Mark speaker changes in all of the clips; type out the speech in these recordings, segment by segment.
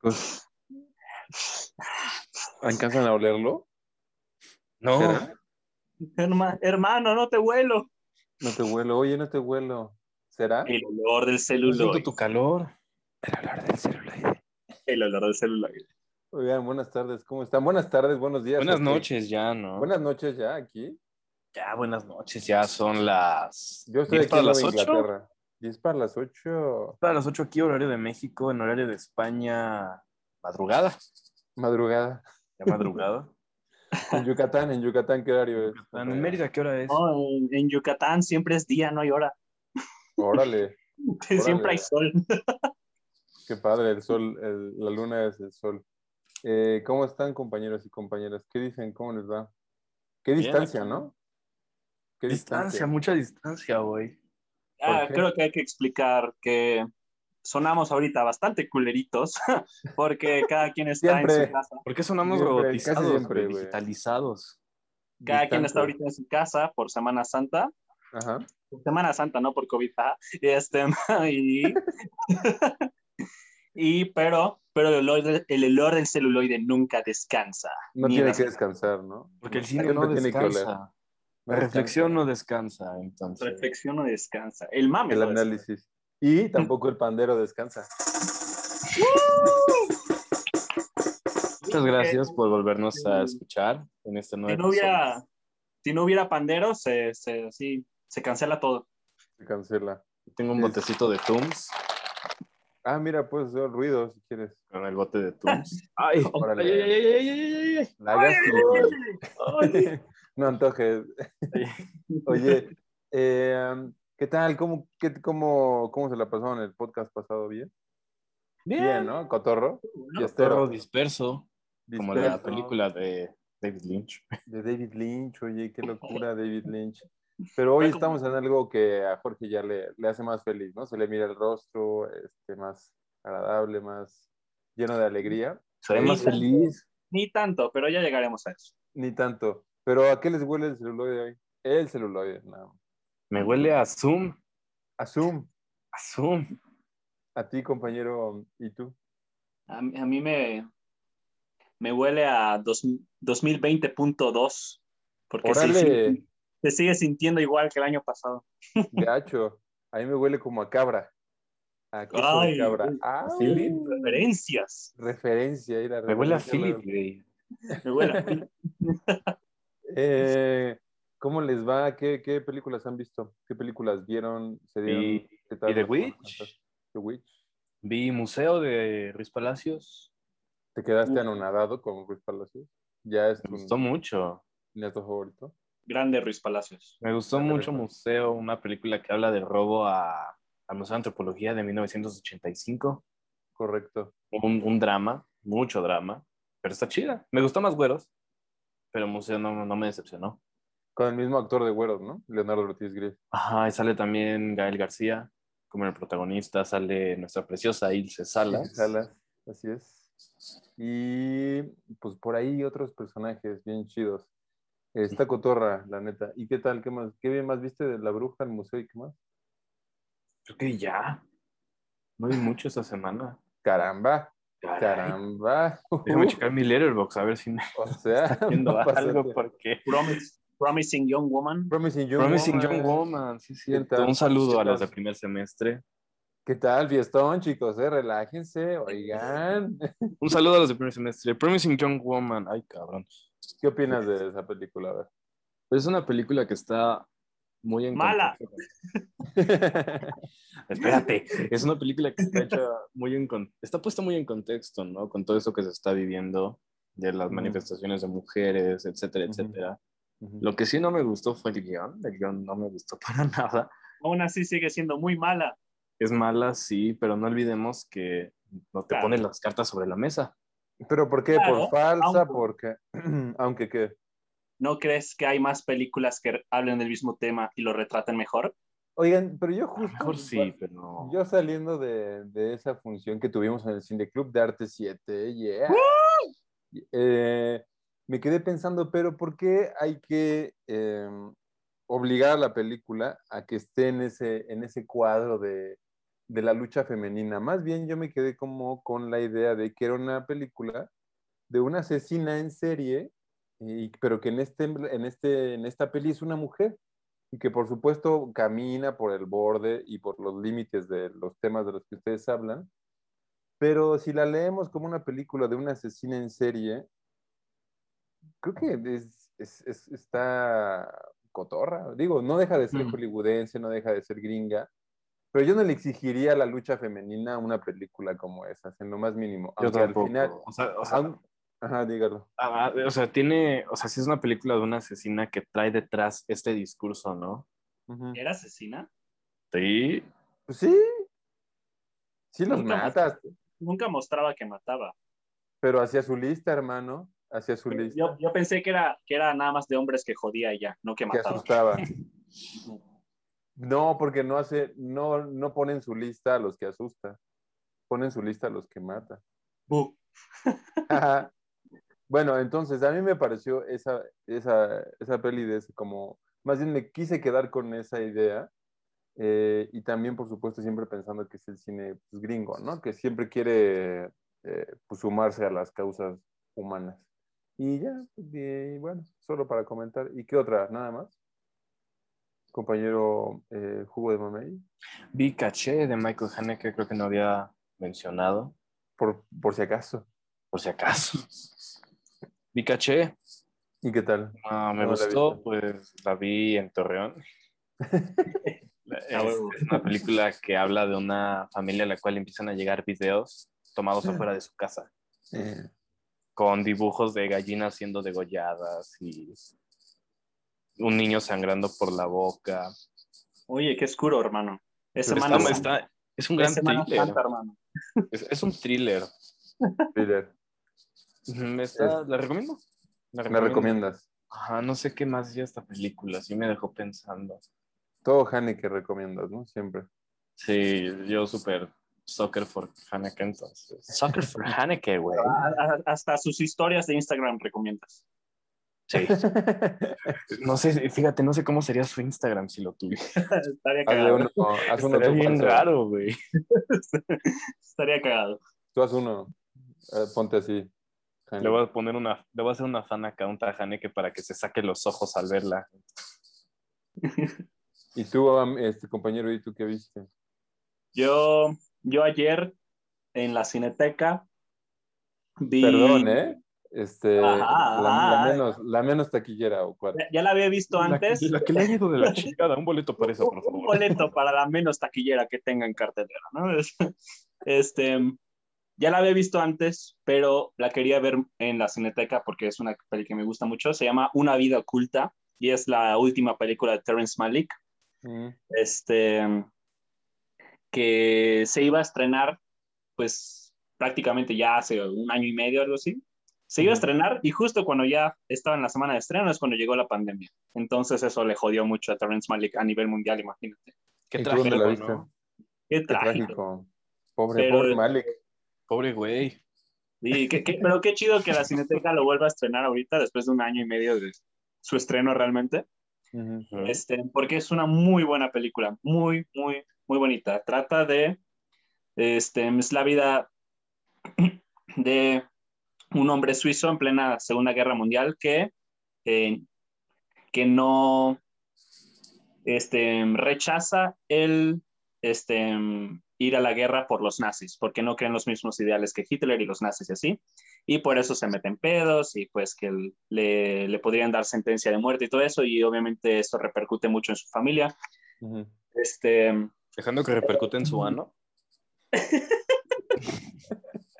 Speaker 1: Pues, ¿Alcanzan a olerlo?
Speaker 2: No.
Speaker 1: ¿Será?
Speaker 3: Herma- hermano, no te vuelo.
Speaker 1: No te huelo. Oye, no te huelo. ¿Será?
Speaker 3: El olor del
Speaker 2: no Siento
Speaker 3: celuloide.
Speaker 2: tu calor.
Speaker 1: El olor del celuloide.
Speaker 3: El olor del celuloide.
Speaker 1: Oigan, buenas tardes. ¿Cómo están? Buenas tardes, buenos días.
Speaker 2: Buenas
Speaker 1: Ok.
Speaker 2: noches ya, ¿no?
Speaker 1: Buenas noches ya aquí.
Speaker 2: Ya, buenas noches. Ya son las.
Speaker 1: Yo estoy
Speaker 2: ¿Diez
Speaker 1: aquí
Speaker 2: para
Speaker 1: en
Speaker 2: las
Speaker 1: Nueva
Speaker 2: ocho?
Speaker 1: Inglaterra. 10 para las 8.
Speaker 2: Para las 8 aquí, horario de México, en horario de España, madrugada.
Speaker 1: Madrugada.
Speaker 2: Ya madrugada.
Speaker 1: En Yucatán, en Yucatán, ¿qué horario es?
Speaker 2: ¿En Mérida qué hora es?
Speaker 3: No, en, en Yucatán siempre es día, no hay hora.
Speaker 1: Órale,
Speaker 3: Siempre hay sol.
Speaker 1: qué padre, el sol, el- la luna es el sol. Eh, ¿Cómo están compañeros y compañeras? ¿Qué dicen? ¿Cómo les va? ¿Qué
Speaker 2: Bien,
Speaker 1: distancia,
Speaker 2: aquí.
Speaker 1: no? ¿Qué
Speaker 2: distancia, mucha distancia, güey.
Speaker 3: Ah,
Speaker 1: ¿Por qué?
Speaker 3: creo que hay que explicar que sonamos ahorita bastante culeritos porque cada quien está en
Speaker 1: Siempre.
Speaker 3: su casa.
Speaker 2: ¿Por qué sonamos
Speaker 1: Siempre, casi
Speaker 2: robotizados,
Speaker 1: siempre,
Speaker 2: güey,
Speaker 1: güey.
Speaker 2: digitalizados?
Speaker 3: Cada quien
Speaker 1: Distancia.
Speaker 3: está ahorita en su casa por Semana Santa.
Speaker 1: Ajá.
Speaker 3: Por Semana Santa, no por COVID. ajá. Este, y, y pero, pero el olor, del- el olor del celuloide nunca descansa.
Speaker 1: No
Speaker 3: Ni
Speaker 1: tiene
Speaker 3: las-
Speaker 1: que descansar, ¿no?
Speaker 2: Porque el
Speaker 1: Siempre
Speaker 2: cine no
Speaker 1: tiene que oler.
Speaker 2: descansa.
Speaker 1: No
Speaker 2: La reflexión
Speaker 1: descansa.
Speaker 2: no descansa, entonces.
Speaker 3: Reflexión no descansa. El mame. pues.
Speaker 1: El
Speaker 3: no descansa.
Speaker 1: análisis. Y tampoco el pandero descansa.
Speaker 2: Muchas gracias por volvernos a escuchar en este
Speaker 3: Eh, Si
Speaker 2: nuevo
Speaker 3: no hubiera,
Speaker 2: episodio.
Speaker 3: si no hubiera pandero, se, se, sí, se cancela todo.
Speaker 1: Se cancela.
Speaker 2: Tengo un botecito de Tums,
Speaker 1: Ah, mira, puedes hacer ruido si quieres.
Speaker 2: con el bote de Tums. Ay,
Speaker 1: Órale.
Speaker 2: ay, ay, ay, ay, ay, ay.
Speaker 1: La gastro, güey. No antojes. Oye, eh, ¿qué tal? ¿Cómo, qué, cómo, ¿Cómo se la pasó en el podcast pasado? ¿Bien? Bien, ¿no? Cotorro.
Speaker 3: ¿no?
Speaker 2: Este
Speaker 1: Fiestero.
Speaker 2: Perro disperso, como la
Speaker 1: Disperso.
Speaker 2: película de David Lynch.
Speaker 1: De David Lynch, oye, qué locura David Lynch. Pero hoy estamos en algo que a Jorge ya le, le hace más feliz, ¿no? Se le mira el rostro, este, más agradable, más lleno de alegría.
Speaker 2: Seré
Speaker 3: Sí,
Speaker 2: más
Speaker 3: sí.
Speaker 2: feliz.
Speaker 3: Ni tanto, pero ya llegaremos a eso.
Speaker 1: Ni tanto. Pero ¿a qué les huele el celuloide hoy? El celuloide, nada más.
Speaker 2: Me huele a Zoom.
Speaker 1: A Zoom,
Speaker 2: A Zoom.
Speaker 1: a ti, compañero, y tú.
Speaker 3: A, mí- a mí me, me huele a dos- 2020.2, porque se,
Speaker 1: Órale.
Speaker 3: sigue- se sigue sintiendo igual que el año pasado.
Speaker 1: Gacho, a mí me huele como a cabra. A queso
Speaker 3: Ay,
Speaker 1: de cabra.
Speaker 3: uy,
Speaker 1: Ah,
Speaker 2: Philip.
Speaker 3: Referencias.
Speaker 1: Referencia, ahí la
Speaker 2: Me huele a
Speaker 1: referencia.
Speaker 2: Philip, güey.
Speaker 3: Me huele a Philip.
Speaker 1: Eh, ¿Cómo les va? ¿Qué, qué películas han visto? ¿Qué películas vieron? ¿Se dieron?
Speaker 2: Y,
Speaker 1: ¿Qué tal?
Speaker 2: y The
Speaker 1: las
Speaker 2: Witch.
Speaker 1: cosas? The Witch.
Speaker 2: Vi Museo de Ruiz Palacios.
Speaker 1: ¿Te quedaste
Speaker 3: Uf.
Speaker 1: anonadado con Ruiz Palacios? Ya es
Speaker 2: Me
Speaker 1: tu
Speaker 2: gustó mucho.
Speaker 1: cineasta favorito.
Speaker 3: Grande Ruiz Palacios.
Speaker 2: Me gustó
Speaker 1: Dale,
Speaker 2: mucho
Speaker 1: Rafa.
Speaker 2: Museo, una película que habla del robo a, al Museo de Antropología de 1985.
Speaker 1: Correcto.
Speaker 2: Un, un drama, mucho drama, pero está chida. Me gustó más Güeros, pero Museo no, no me decepcionó.
Speaker 1: Con el mismo actor de Güeros, ¿no? Leonardo Ortiz Gris.
Speaker 2: Ajá, y sale también Gael García como el protagonista, sale nuestra preciosa Ilse Salas.
Speaker 1: Salas, así es. Y pues por ahí otros personajes bien chidos. Está cotorra, la neta. ¿Y qué tal? ¿Qué más? ¿Qué bien más viste de la bruja, el museo y qué más?
Speaker 2: Creo que ya. No vi mucho esta semana.
Speaker 1: Caramba,
Speaker 2: Caray.
Speaker 1: caramba.
Speaker 2: Déjame checar mi letterbox a ver si me
Speaker 1: o sea,
Speaker 2: viendo
Speaker 1: no pasaste.
Speaker 2: algo porque.
Speaker 3: Promise- Promising Young Woman.
Speaker 1: Promising Young
Speaker 2: Promising
Speaker 1: Woman.
Speaker 2: Young Woman, sí, sí.
Speaker 1: ¿Qué tal?
Speaker 2: Un saludo a
Speaker 1: ¿Qué
Speaker 2: los de
Speaker 1: tal?
Speaker 2: primer semestre.
Speaker 1: ¿Qué tal, fiestón, chicos? eh? Relájense, oigan.
Speaker 2: Un saludo a los de primer semestre. Promising Young Woman, ay cabrón.
Speaker 1: ¿Qué opinas de esa película? A ver.
Speaker 2: Pero es una película que está muy en
Speaker 3: Mala.
Speaker 2: contexto con- Espérate, es una película que está hecha muy en con- está puesta muy en contexto, ¿no? Con todo eso que se está viviendo de las
Speaker 1: Ujú.
Speaker 2: manifestaciones de mujeres, etcétera,
Speaker 1: Ujú.
Speaker 2: etcétera.
Speaker 1: Ujú.
Speaker 2: Lo que sí no me gustó fue el guión, el guión no me gustó para nada.
Speaker 3: Aún así sigue siendo muy mala.
Speaker 2: Es mala, sí, pero no olvidemos que no te
Speaker 3: Claro.
Speaker 2: ponen las cartas sobre la mesa.
Speaker 1: ¿Pero por qué?
Speaker 3: Claro,
Speaker 1: ¿Por falsa?
Speaker 3: aunque-
Speaker 1: Porque, aunque qué.
Speaker 3: ¿No crees que hay más películas que hablen del mismo tema y lo retraten mejor?
Speaker 1: Oigan, pero yo
Speaker 2: A lo
Speaker 1: justo.
Speaker 2: mejor sí, pero no.
Speaker 1: Yo saliendo de, de esa función que tuvimos en el Cine Club de Arte 7, yeah. Eh, me quedé pensando, pero ¿por qué hay que eh, obligar a la película a que esté en ese, en ese cuadro de, de la lucha femenina. Más bien yo me quedé como con la idea de que era una película de una asesina en serie, y, pero que en, este, en, este, en esta peli es una mujer y que por supuesto camina por el borde y por los límites de los temas de los que ustedes hablan. Pero si la leemos como una película de una asesina en serie, creo que es, es, es- está cotorra. Digo, no deja de ser
Speaker 2: Mm.
Speaker 1: hollywoodense, no deja de ser gringa, pero yo no le exigiría la lucha femenina a una película como esa, en lo más mínimo.
Speaker 2: Yo
Speaker 1: Aunque al
Speaker 2: tampoco.
Speaker 1: final-
Speaker 2: O sea, o sea,
Speaker 1: aun- Ajá, dígalo.
Speaker 2: ah, o sea, tiene, o sea, sí es una película de una asesina que trae detrás este discurso, ¿no?
Speaker 1: Ujú.
Speaker 3: ¿Era asesina?
Speaker 2: Sí.
Speaker 1: Pues sí. Sí los
Speaker 3: Nunca más.
Speaker 1: matas,
Speaker 3: Nunca mostraba que mataba.
Speaker 1: pero hacia su lista, hermano. Hacia su lista.
Speaker 3: Yo, yo pensé que era, que era nada más de hombres que jodía y ya, no que
Speaker 1: que
Speaker 3: mataba.
Speaker 1: asustaba. No, porque no hace, no, no ponen su lista a los que asusta. Ponen su lista a los que mata.
Speaker 3: Bu.
Speaker 1: bueno, entonces a mí me pareció esa, esa, esa peli de ese como, más bien me quise quedar con esa idea. eh, y también, por supuesto, siempre pensando que es el cine pues, gringo, ¿no? Que siempre quiere eh, pues, sumarse a las causas humanas. Y ya, y bueno, solo para comentar. ¿Y qué otra? Nada más. Compañero eh, Jugo de Mamey,
Speaker 2: Vi Caché de Michael Haneke, creo que no había mencionado,
Speaker 1: por, por si acaso.
Speaker 2: por si acaso. Vi Caché,
Speaker 1: ¿Y qué tal?
Speaker 2: ah, me
Speaker 1: No la
Speaker 2: gustó,
Speaker 1: viste.
Speaker 2: pues la vi en Torreón. La-
Speaker 3: Ah,
Speaker 2: Es,
Speaker 3: huevo.
Speaker 2: es una película que habla de una familia a la cual empiezan a llegar videos tomados afuera de su casa,
Speaker 1: Eh,
Speaker 2: con dibujos de gallinas siendo degolladas y un niño sangrando por la boca.
Speaker 3: Oye, qué oscuro, hermano. Es
Speaker 2: Está-
Speaker 3: Semana Santa,
Speaker 2: está- es un
Speaker 3: es
Speaker 2: gran
Speaker 3: Semana
Speaker 2: thriller.
Speaker 3: Santa, hermano.
Speaker 2: Es, es un thriller.
Speaker 1: thriller,
Speaker 2: Ujú, está- ¿La recomiendo? La
Speaker 1: ¿Me recomiendas?
Speaker 2: Ajá, no sé qué más vi esta película, sí me dejó pensando.
Speaker 1: Todo Haneke recomiendas, ¿no? Siempre.
Speaker 2: Sí, yo súper soccer for Haneke entonces. Soccer for Haneke, güey.
Speaker 3: A- a- Hasta sus historias de Instagram recomiendas.
Speaker 2: Sí. No sé, fíjate, no sé cómo sería su Instagram si lo tuviera.
Speaker 3: Estaría
Speaker 1: Hazle
Speaker 3: cagado.
Speaker 1: uno, haz uno
Speaker 2: Estaría
Speaker 1: tú,
Speaker 2: bien
Speaker 1: Pancho.
Speaker 2: raro, güey.
Speaker 3: Estaría cagado.
Speaker 1: Tú haz uno. Eh, ponte así.
Speaker 2: Le voy a poner una, le voy a hacer una fan account a Haneke para que se saque los ojos al verla.
Speaker 1: Y tú, am, este compañero, ¿y tú qué viste?
Speaker 3: Yo, yo ayer en la Cineteca vi...
Speaker 1: Perdón, ¿eh? Este,
Speaker 3: Ajá,
Speaker 1: la, la
Speaker 3: ajá.
Speaker 1: menos, la menos taquillera o cuál.
Speaker 2: Eh,
Speaker 3: Ya, ya la había visto antes.
Speaker 2: La, que le ha ido de la chingada, un boleto para esa, por
Speaker 3: un un
Speaker 2: favor.
Speaker 3: boleto para la menos taquillera que tenga en cartelera, ¿no? Es- Este, ya la había visto antes, pero la quería ver en la Cineteca porque es una peli que me gusta mucho. Se llama Una vida oculta y es la última película de Terrence Malick,
Speaker 1: Mm.
Speaker 3: este, que se iba a estrenar, pues prácticamente ya hace un año y medio, algo así. Se iba a
Speaker 1: Ujú.
Speaker 3: estrenar y justo cuando ya estaba en la semana de estreno es cuando llegó la pandemia. Entonces eso le jodió mucho a Terrence Malick a nivel mundial, imagínate.
Speaker 2: Qué
Speaker 1: ¿Y tú dónde la
Speaker 2: trágico,
Speaker 1: viste?
Speaker 2: ¿no?
Speaker 3: Qué
Speaker 1: Qué
Speaker 3: trágico.
Speaker 1: trágico. Pobre,
Speaker 3: Pero-
Speaker 1: pobre Malik.
Speaker 2: Pobre güey.
Speaker 3: Sí, qué- qué- pero qué chido que la Cineteca lo vuelva a estrenar ahorita después de un año y medio de su estreno realmente.
Speaker 1: Ujú.
Speaker 3: Este, porque es una muy buena película, muy, muy, muy bonita. Trata de, este, es la vida de un hombre suizo en plena Segunda Guerra Mundial que, eh, que no, este, rechaza el, este, ir a la guerra por los nazis, porque no creen los mismos ideales que Hitler y los nazis y así, y por eso se meten pedos y pues que el- le, le podrían dar sentencia de muerte y todo eso, y obviamente eso repercute mucho en su familia.
Speaker 1: Ujú.
Speaker 3: Este,
Speaker 2: Dejando que repercute en su ano.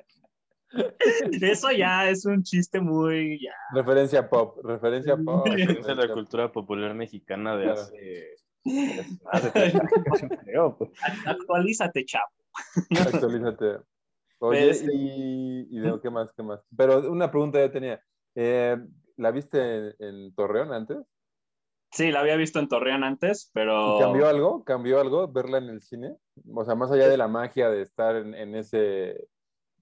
Speaker 3: eso ya es un chiste muy... ya.
Speaker 1: Referencia pop, referencia pop.
Speaker 2: Es de la cultura popular mexicana de
Speaker 1: Claro.
Speaker 2: hace. Más de 30 años, yo creo, pues.
Speaker 3: Actualízate, chavo.
Speaker 1: Actualízate. Oye,
Speaker 3: Este-
Speaker 1: y, y de- qué más, qué más. Pero una pregunta ya tenía. Eh, ¿La viste en, en Torreón antes?
Speaker 3: Sí, la había visto en Torreón antes,
Speaker 1: ¿Y
Speaker 3: pero...
Speaker 1: ¿Cambió algo? ¿Cambió algo verla en el cine? O sea, más allá de la magia de estar en, en ese...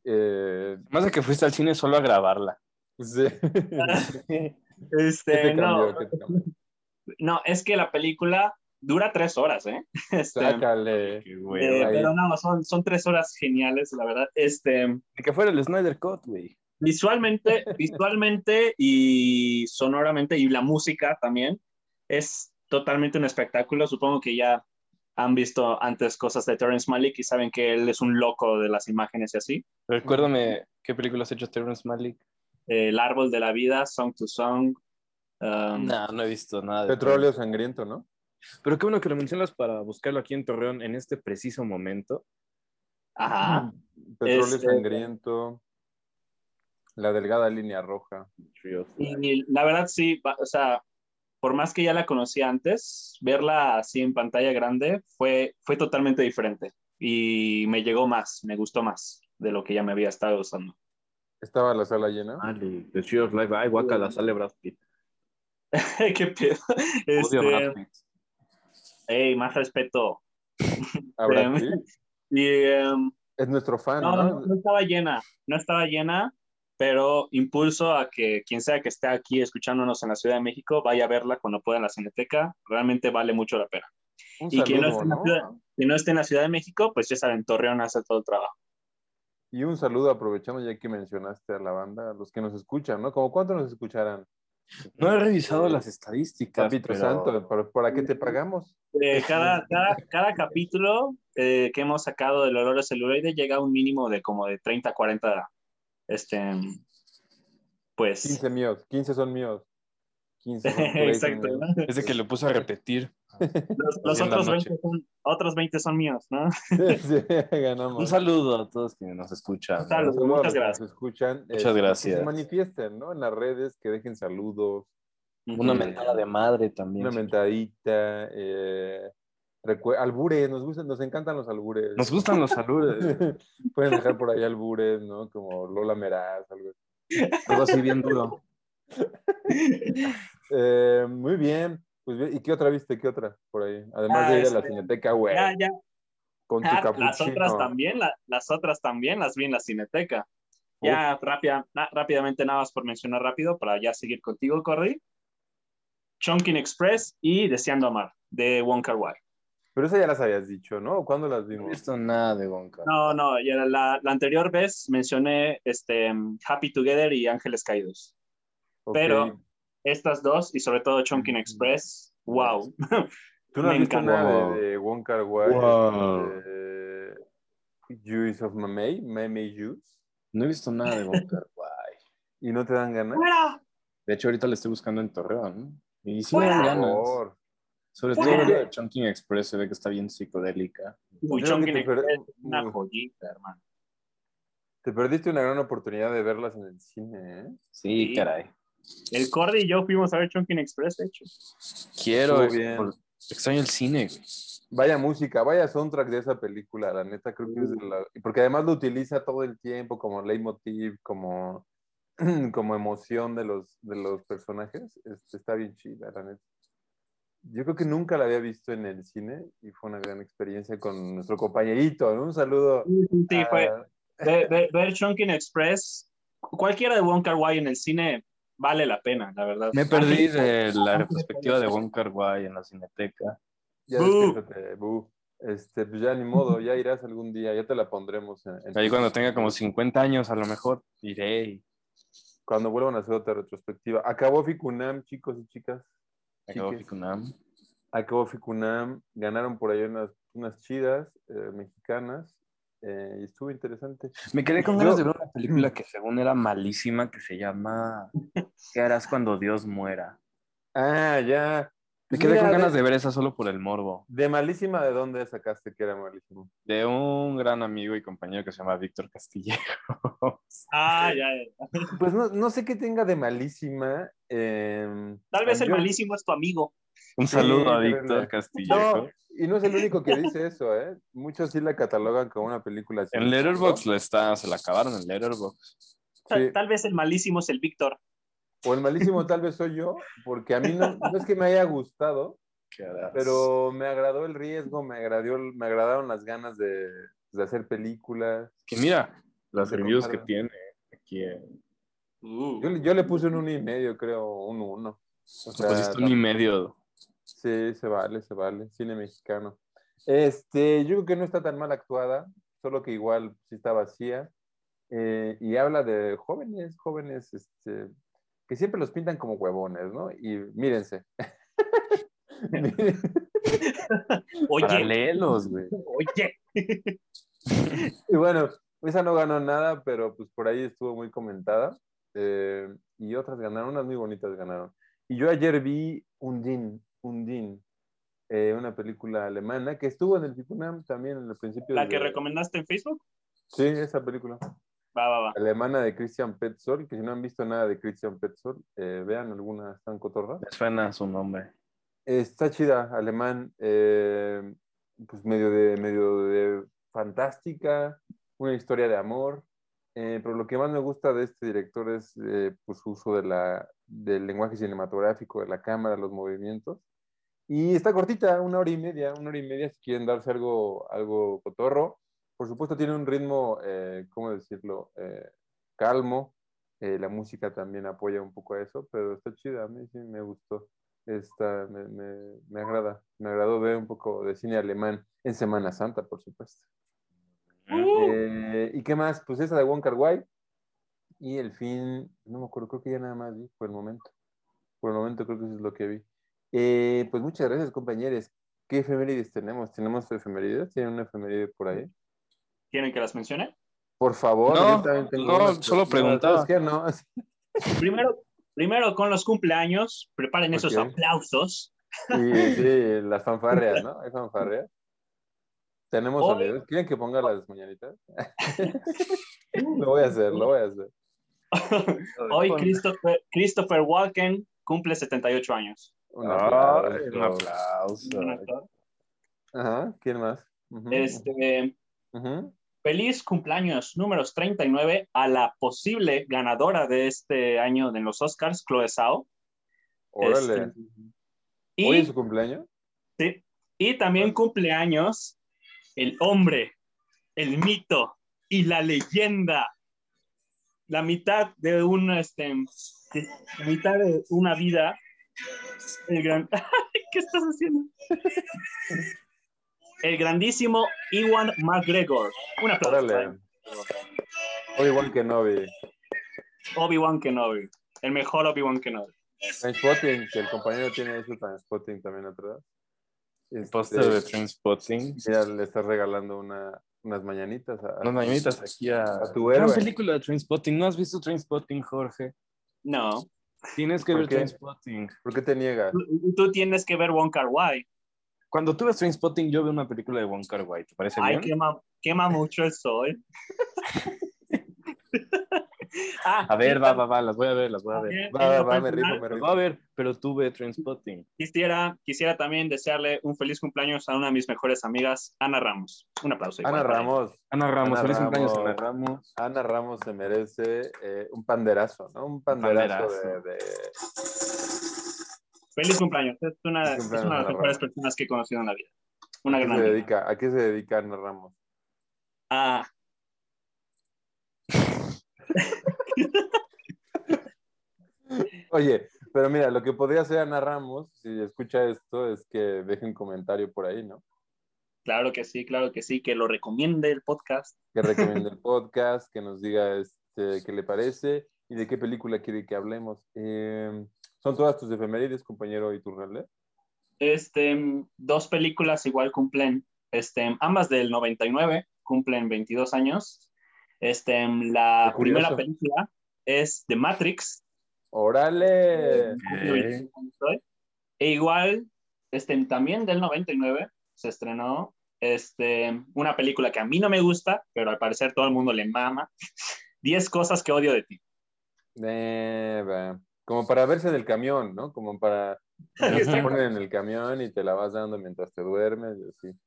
Speaker 1: eh,
Speaker 2: Más de que fuiste al cine solo a grabarla.
Speaker 1: sí.
Speaker 3: Este,
Speaker 1: ¿Qué te
Speaker 3: no,
Speaker 1: cambió? ¿Qué te cambió?
Speaker 3: no, es que la película dura tres horas, ¿eh? Este,
Speaker 1: Ah, Sácale.
Speaker 4: Qué
Speaker 3: eh,
Speaker 4: hueva.
Speaker 1: ahí.
Speaker 3: pero no, son, son tres horas geniales, la verdad. Este,
Speaker 2: Que fuera el Snyder Cut, güey.
Speaker 3: visualmente, visualmente y sonoramente y la música también es totalmente un espectáculo. Supongo que ya han visto antes cosas de Terrence Malick y saben que él es un loco de las imágenes y así.
Speaker 2: Recuérdame qué películas ha hecho Terrence Malick.
Speaker 3: Eh, El árbol de la vida, Song to Song. um,
Speaker 2: No, no he visto nada. de
Speaker 1: Petróleo sangriento, ¿no?
Speaker 2: Pero qué bueno que lo mencionas para buscarlo aquí en Torreón en este preciso momento.
Speaker 3: Ajá.
Speaker 1: Petróleo
Speaker 3: Este-
Speaker 1: sangriento. La delgada línea roja.
Speaker 2: Mm.
Speaker 3: Y la verdad sí, va- o sea, por más que ya la conocí antes, verla así en pantalla grande fue, fue totalmente diferente y me llegó más, me gustó más de lo que ya me había estado gustando.
Speaker 1: Estaba la sala llena.
Speaker 2: Vale, The Tree of Life. Ay, guacala, sale Brad Pitt.
Speaker 3: ¿Qué pedo?
Speaker 2: Odio a
Speaker 3: Este,
Speaker 2: Brad Pitt.
Speaker 3: ey, más respeto.
Speaker 1: Ahora
Speaker 3: Em,
Speaker 1: sí.
Speaker 3: Y, em,
Speaker 1: Es nuestro fan,
Speaker 3: no,
Speaker 1: ¿no?
Speaker 3: no, no estaba llena, no estaba llena, pero impulso a que quien sea que esté aquí escuchándonos en la Ciudad de México vaya a verla cuando pueda en la Cineteca. Realmente vale mucho la pena.
Speaker 1: Un
Speaker 3: y que
Speaker 1: saludo,
Speaker 3: no esté en la
Speaker 1: ¿no?
Speaker 3: ciudad- Si no esté en la Ciudad de México, pues ya saben, Torreón hace todo el trabajo.
Speaker 1: Y un saludo aprovechando ya que mencionaste a la banda, a los que nos escuchan, ¿no? Como cuánto nos escucharán.
Speaker 2: No he revisado las estadísticas.
Speaker 1: Capitro
Speaker 2: pero-
Speaker 1: Santo, ¿para, para qué te pagamos?
Speaker 3: Eh, cada, cada, cada capítulo eh, que hemos sacado del olor a celuloide llega a un mínimo de como de 30, 40, este, pues,
Speaker 1: 15 míos, 15 son míos. 15 son
Speaker 3: exacto,
Speaker 1: míos.
Speaker 3: ¿no?
Speaker 2: Es de que lo puso a repetir.
Speaker 3: Los, los
Speaker 2: Así en la
Speaker 3: otros,
Speaker 2: noche.
Speaker 3: 20 son, otros 20 son míos, ¿no?
Speaker 1: Sí, sí, ganamos.
Speaker 2: Un saludo a todos quienes nos escuchan. ¿no?
Speaker 3: Salud.
Speaker 1: saludo a
Speaker 3: Muchas
Speaker 1: los que
Speaker 3: gracias.
Speaker 1: nos escuchan. este,
Speaker 2: Muchas
Speaker 1: que
Speaker 2: gracias.
Speaker 1: se manifiesten, ¿no? En las redes, que dejen saludos,
Speaker 2: Una
Speaker 3: Ujú.
Speaker 2: mentada de madre también.
Speaker 1: una mentadita, eh, recue- albures, nos gustan, nos encantan los albures.
Speaker 2: Nos gustan los saludos.
Speaker 1: Pueden dejar por ahí albures, ¿no? Como Lola Meraz, algo así.
Speaker 2: Todo así bien duro.
Speaker 1: Eh, muy bien. Pues bien, ¿y qué otra viste? ¿Qué otra por ahí? Además
Speaker 3: Ah,
Speaker 1: de ir a la
Speaker 3: este,
Speaker 1: Cineteca, güey,
Speaker 3: Ya, ya,
Speaker 1: con tu
Speaker 3: ah,
Speaker 1: capuchino.
Speaker 3: las otras también, la- las otras también las vi en la Cineteca. Ya rápida, na- rápidamente, nada más por mencionar rápido, para ya seguir contigo, Cordy. Chunkin Express y Deseando Amar, de Wong Kar Wai.
Speaker 1: Pero esa ya las habías dicho, ¿no? ¿O ¿Cuándo las
Speaker 2: No he
Speaker 1: vimos?
Speaker 2: visto nada de Wonka.
Speaker 3: No, no, ya la, la anterior vez mencioné este, Happy Together y Ángeles Caídos.
Speaker 1: Ok.
Speaker 3: pero- Estas dos, y sobre todo Chunkin
Speaker 1: Mm.
Speaker 3: Express, wow.
Speaker 1: Tú no
Speaker 3: me
Speaker 1: has visto
Speaker 3: encanta.
Speaker 1: nada de, de Wong Kar Wai,
Speaker 2: Wow.
Speaker 1: de Juice of Mamey, Mamey Juice,
Speaker 2: No he visto nada de Wonka. Guay.
Speaker 1: y no te dan ganas.
Speaker 3: ¡Fuera!
Speaker 2: De hecho, ahorita le estoy buscando en Torreón. Y sí me
Speaker 3: Fuera.
Speaker 2: dan
Speaker 1: Por
Speaker 2: ganas.
Speaker 1: favor.
Speaker 2: Sobre todo la de Chunking Express se ve que está bien psicodélica.
Speaker 3: Uy,
Speaker 1: Yo creo que
Speaker 3: Chunkin
Speaker 1: te per-
Speaker 3: Express, una
Speaker 1: Uy,
Speaker 3: joyita, hermano.
Speaker 1: Te perdiste una gran oportunidad de verlas en el cine, ¿eh?
Speaker 2: Sí,
Speaker 3: Sí.
Speaker 2: caray.
Speaker 3: El Cordy y yo fuimos a ver Chunkin Express, de hecho.
Speaker 2: Quiero.
Speaker 1: Estuvo bien.
Speaker 2: por- Extraño el cine, güey.
Speaker 1: Vaya música, vaya soundtrack de esa película, la neta, creo que es de la... Porque además lo utiliza todo el tiempo como leitmotiv, como, como emoción de los, de los personajes. Este, está bien chida, la neta. Yo creo que nunca la había visto en el cine y fue una gran experiencia con nuestro compañerito, ¿no? Un saludo.
Speaker 3: Sí,
Speaker 1: a-
Speaker 3: fue, ver, ver- ver Chunkin Express, cualquiera de Wong Kar Wai en el cine vale la pena, la verdad.
Speaker 2: Me perdí de la retrospectiva de Wonka Guay en la cineteca.
Speaker 1: Ya
Speaker 3: Bu.
Speaker 1: despiértate, bu. Este, pues ya ni modo, ya irás algún día, ya te la pondremos. en- en-
Speaker 2: Ahí cuando tenga como 50 años, a lo mejor iré. y-
Speaker 1: cuando vuelvan a hacer otra retrospectiva. Acabó Ficunam, chicos y chicas.
Speaker 2: Acabó
Speaker 1: Chiques.
Speaker 2: Ficunam.
Speaker 1: acabó Ficunam, ganaron por ahí unas, unas chidas eh, mexicanas eh, y estuvo interesante.
Speaker 2: Me quedé con
Speaker 1: Yo-
Speaker 2: ganas de ver una película que según era malísima, que se llama ¿Qué harás cuando Dios muera?
Speaker 1: Ah, ya.
Speaker 2: Me
Speaker 1: Pues
Speaker 2: quedé
Speaker 1: mira,
Speaker 2: con ganas de ver esa solo por el morbo.
Speaker 1: De malísima, ¿de dónde sacaste que era malísimo?
Speaker 2: De un gran amigo y compañero que se llama Víctor Castillejo.
Speaker 3: Ah, ya, ya.
Speaker 1: Pues no, no sé qué tenga de malísima. eh,
Speaker 3: Tal vez el
Speaker 1: yo-
Speaker 3: malísimo es tu amigo.
Speaker 2: Un saludo a
Speaker 1: de
Speaker 2: Víctor
Speaker 1: verdad.
Speaker 2: Castillejo.
Speaker 1: No, y no es el único que dice eso, ¿eh? Muchos sí la catalogan como una película.
Speaker 2: En Letterboxd la está, se la acabaron en Letterboxd.
Speaker 3: Tal,
Speaker 1: Sí.
Speaker 3: tal vez el malísimo es el Víctor.
Speaker 1: O el malísimo tal vez soy yo, porque a mí no, no es que me haya gustado,
Speaker 2: ¿Qué harás?
Speaker 1: pero me agradó el riesgo, me, agradó, el- me agradaron las ganas de, de hacer películas.
Speaker 2: Que mira, las
Speaker 1: Se
Speaker 2: reviews
Speaker 1: compara.
Speaker 2: que tiene aquí. en-
Speaker 1: Uh. Yo, le- yo le puse un uno y medio, creo, un uno. O
Speaker 2: Te pusiste un y medio.
Speaker 1: sí, Sí, se vale, se vale. Cine mexicano. Este, yo creo que no está tan mal actuada, solo que igual sí está vacía. Eh, y habla de jóvenes, jóvenes, este, que siempre los pintan como huevones, ¿no? Y mírense.
Speaker 3: Oye.
Speaker 5: Paralelos, güey.
Speaker 3: Oye.
Speaker 1: y bueno, esa no ganó nada, pero pues por ahí estuvo muy comentada. Eh, y otras ganaron, unas muy bonitas ganaron. Y yo ayer vi Undin, Undin, eh, una película alemana que estuvo en el Picunam también en el principio.
Speaker 3: ¿La
Speaker 1: de-
Speaker 3: que recomendaste en Facebook?
Speaker 1: Sí, esa película.
Speaker 3: Va, va, va.
Speaker 1: Alemana de Christian Petzold, que si no han visto nada de Christian Petzold, eh, vean alguna, están cotorra.
Speaker 5: Me suena su nombre.
Speaker 1: Está chida, alemán, eh, pues medio de, medio de fantástica, una historia de amor, eh, pero lo que más me gusta de este director es eh, pues, su uso de la, del lenguaje cinematográfico, de la cámara, los movimientos. Y está cortita, una hora y media, una hora y media si quieren darse algo, algo cotorro. Por supuesto tiene un ritmo, eh, ¿cómo decirlo? Eh, calmo. Eh, la música también apoya un poco a eso, pero está chida, a mí sí me gustó. Está, me, me- me agrada, me agradó ver un poco de cine alemán en Semana Santa, por supuesto.
Speaker 3: Uh.
Speaker 1: Eh, ¿Y qué más? Pues esa de Wong Kar Wai y el fin, no me acuerdo, creo que ya nada más vi por el momento. Por el momento creo que eso es lo que vi. Eh, pues muchas gracias, compañeros. ¿Qué efemérides tenemos? ¿Tenemos efemérides? ¿Tienen una efeméride por ahí?
Speaker 3: ¿Quieren que las mencione?
Speaker 1: Por favor.
Speaker 2: No,
Speaker 1: yo también tengo
Speaker 2: no,
Speaker 1: unas,
Speaker 2: solo
Speaker 1: pero- no,
Speaker 2: preguntaba.
Speaker 1: ¿sabes qué? No, así-
Speaker 3: Primero, primero con los cumpleaños, preparen esos
Speaker 1: Ok.
Speaker 3: aplausos.
Speaker 1: Sí, sí, las fanfarreas, ¿no? Hay fanfarreas. Tenemos
Speaker 3: Hoy-
Speaker 1: sonidos. ¿Quieren que ponga las mañanitas? lo voy a hacer, lo voy a hacer.
Speaker 3: Hoy Christopher, Christopher Walken cumple 78 años.
Speaker 1: Un
Speaker 5: Ay,
Speaker 1: aplauso.
Speaker 5: un aplauso.
Speaker 3: Un actor.
Speaker 1: Ajá, ¿quién más? Ujú,
Speaker 3: Este,
Speaker 1: ujú.
Speaker 3: feliz cumpleaños números 39 a la posible ganadora de este año de los Oscars, Chloe Zhao.
Speaker 1: Órale.
Speaker 3: este,
Speaker 1: ¿Hoy
Speaker 3: Y,
Speaker 1: es su cumpleaños?
Speaker 3: sí, y también cumpleaños el hombre, el mito y la leyenda. La mitad de una, este, de- la mitad de una vida. El gran, ¿Qué estás haciendo? El grandísimo Iwan McGregor. Un aplauso.
Speaker 1: Órale. Hoy igual que Novi.
Speaker 3: Obi-Wan Kenobi. El mejor Obi-Wan Kenobi.
Speaker 1: Spotting, que el compañero tiene eso Spotting también atrás.
Speaker 2: El
Speaker 1: Este,
Speaker 2: póster de Trainspotting.
Speaker 1: mira, le estás regalando una- unas mañanitas a,
Speaker 2: Las mañanitas aquí a.
Speaker 1: a tu héroe.
Speaker 5: Gran película de Trainspotting. ¿No has visto Trainspotting, Jorge?
Speaker 3: No.
Speaker 5: Tienes que
Speaker 1: ¿Por
Speaker 5: ver
Speaker 1: qué?
Speaker 5: Trainspotting.
Speaker 1: ¿Por qué te niegas?
Speaker 3: Tú, tú tienes que ver Wonka Wai.
Speaker 5: Cuando tú ves Trainspotting, yo veo una película de Wong Kar Wai. ¿Te parece
Speaker 3: Ay,
Speaker 5: bien?
Speaker 3: quema, quema mucho el sol. Ah,
Speaker 5: A ver,
Speaker 3: y
Speaker 5: va, va, va. Las voy a ver, las voy a ver.
Speaker 3: también en
Speaker 1: Va, va,
Speaker 3: lo
Speaker 1: va, me
Speaker 3: personal,
Speaker 1: rifo, me
Speaker 5: Las
Speaker 1: rifo.
Speaker 5: voy a ver, pero tú ve Trainspotting.
Speaker 3: Quisiera, quisiera también desearle un feliz cumpleaños a una de mis mejores amigas, Ana Ramos. Un aplauso. igual
Speaker 1: Ana
Speaker 3: para
Speaker 1: Ramos,
Speaker 5: Ana Ramos,
Speaker 1: Ana
Speaker 5: feliz cumpleaños,
Speaker 1: Ramos.
Speaker 5: Ana Ramos.
Speaker 1: Ana Ramos se merece eh, un panderazo, ¿no? Un panderazo,
Speaker 5: Panderazo.
Speaker 1: de, de-
Speaker 3: ella. Feliz cumpleaños. Es una,
Speaker 1: Feliz cumpleaños,
Speaker 3: es una de
Speaker 1: Ana
Speaker 3: las mejores
Speaker 1: Ramos.
Speaker 3: personas que he conocido en la vida. Una
Speaker 1: ¿A qué
Speaker 3: gran
Speaker 1: se
Speaker 3: amiga.
Speaker 1: dedica? ¿A qué se dedica Ana Ramos?
Speaker 3: Ah.
Speaker 1: Oye, pero mira, lo que podría hacer Ana Ramos, si escucha esto, es que deje un comentario por ahí, ¿no?
Speaker 3: Claro que sí, claro que sí, que lo recomiende el podcast.
Speaker 1: Que recomiende el podcast, que nos diga este, qué le parece y de qué película quiere que hablemos. Eh, ¿Son todas tus efemérides, compañero Iturralde?
Speaker 3: Este, dos películas igual cumplen, este, ambas del 99, cumplen 22 años. Este, la
Speaker 1: Qué curioso.
Speaker 3: primera película es The Matrix.
Speaker 1: ¡Órale!
Speaker 5: Eh,
Speaker 3: E igual, este, también del 99 se estrenó este, una película que a mí no me gusta, pero al parecer todo el mundo le mama. 10 cosas que odio de ti.
Speaker 1: Eh, va. Como para verse en el camión, ¿no? Como para te
Speaker 3: Exacto.
Speaker 1: ponen en el camión y te la vas dando mientras te duermes y así.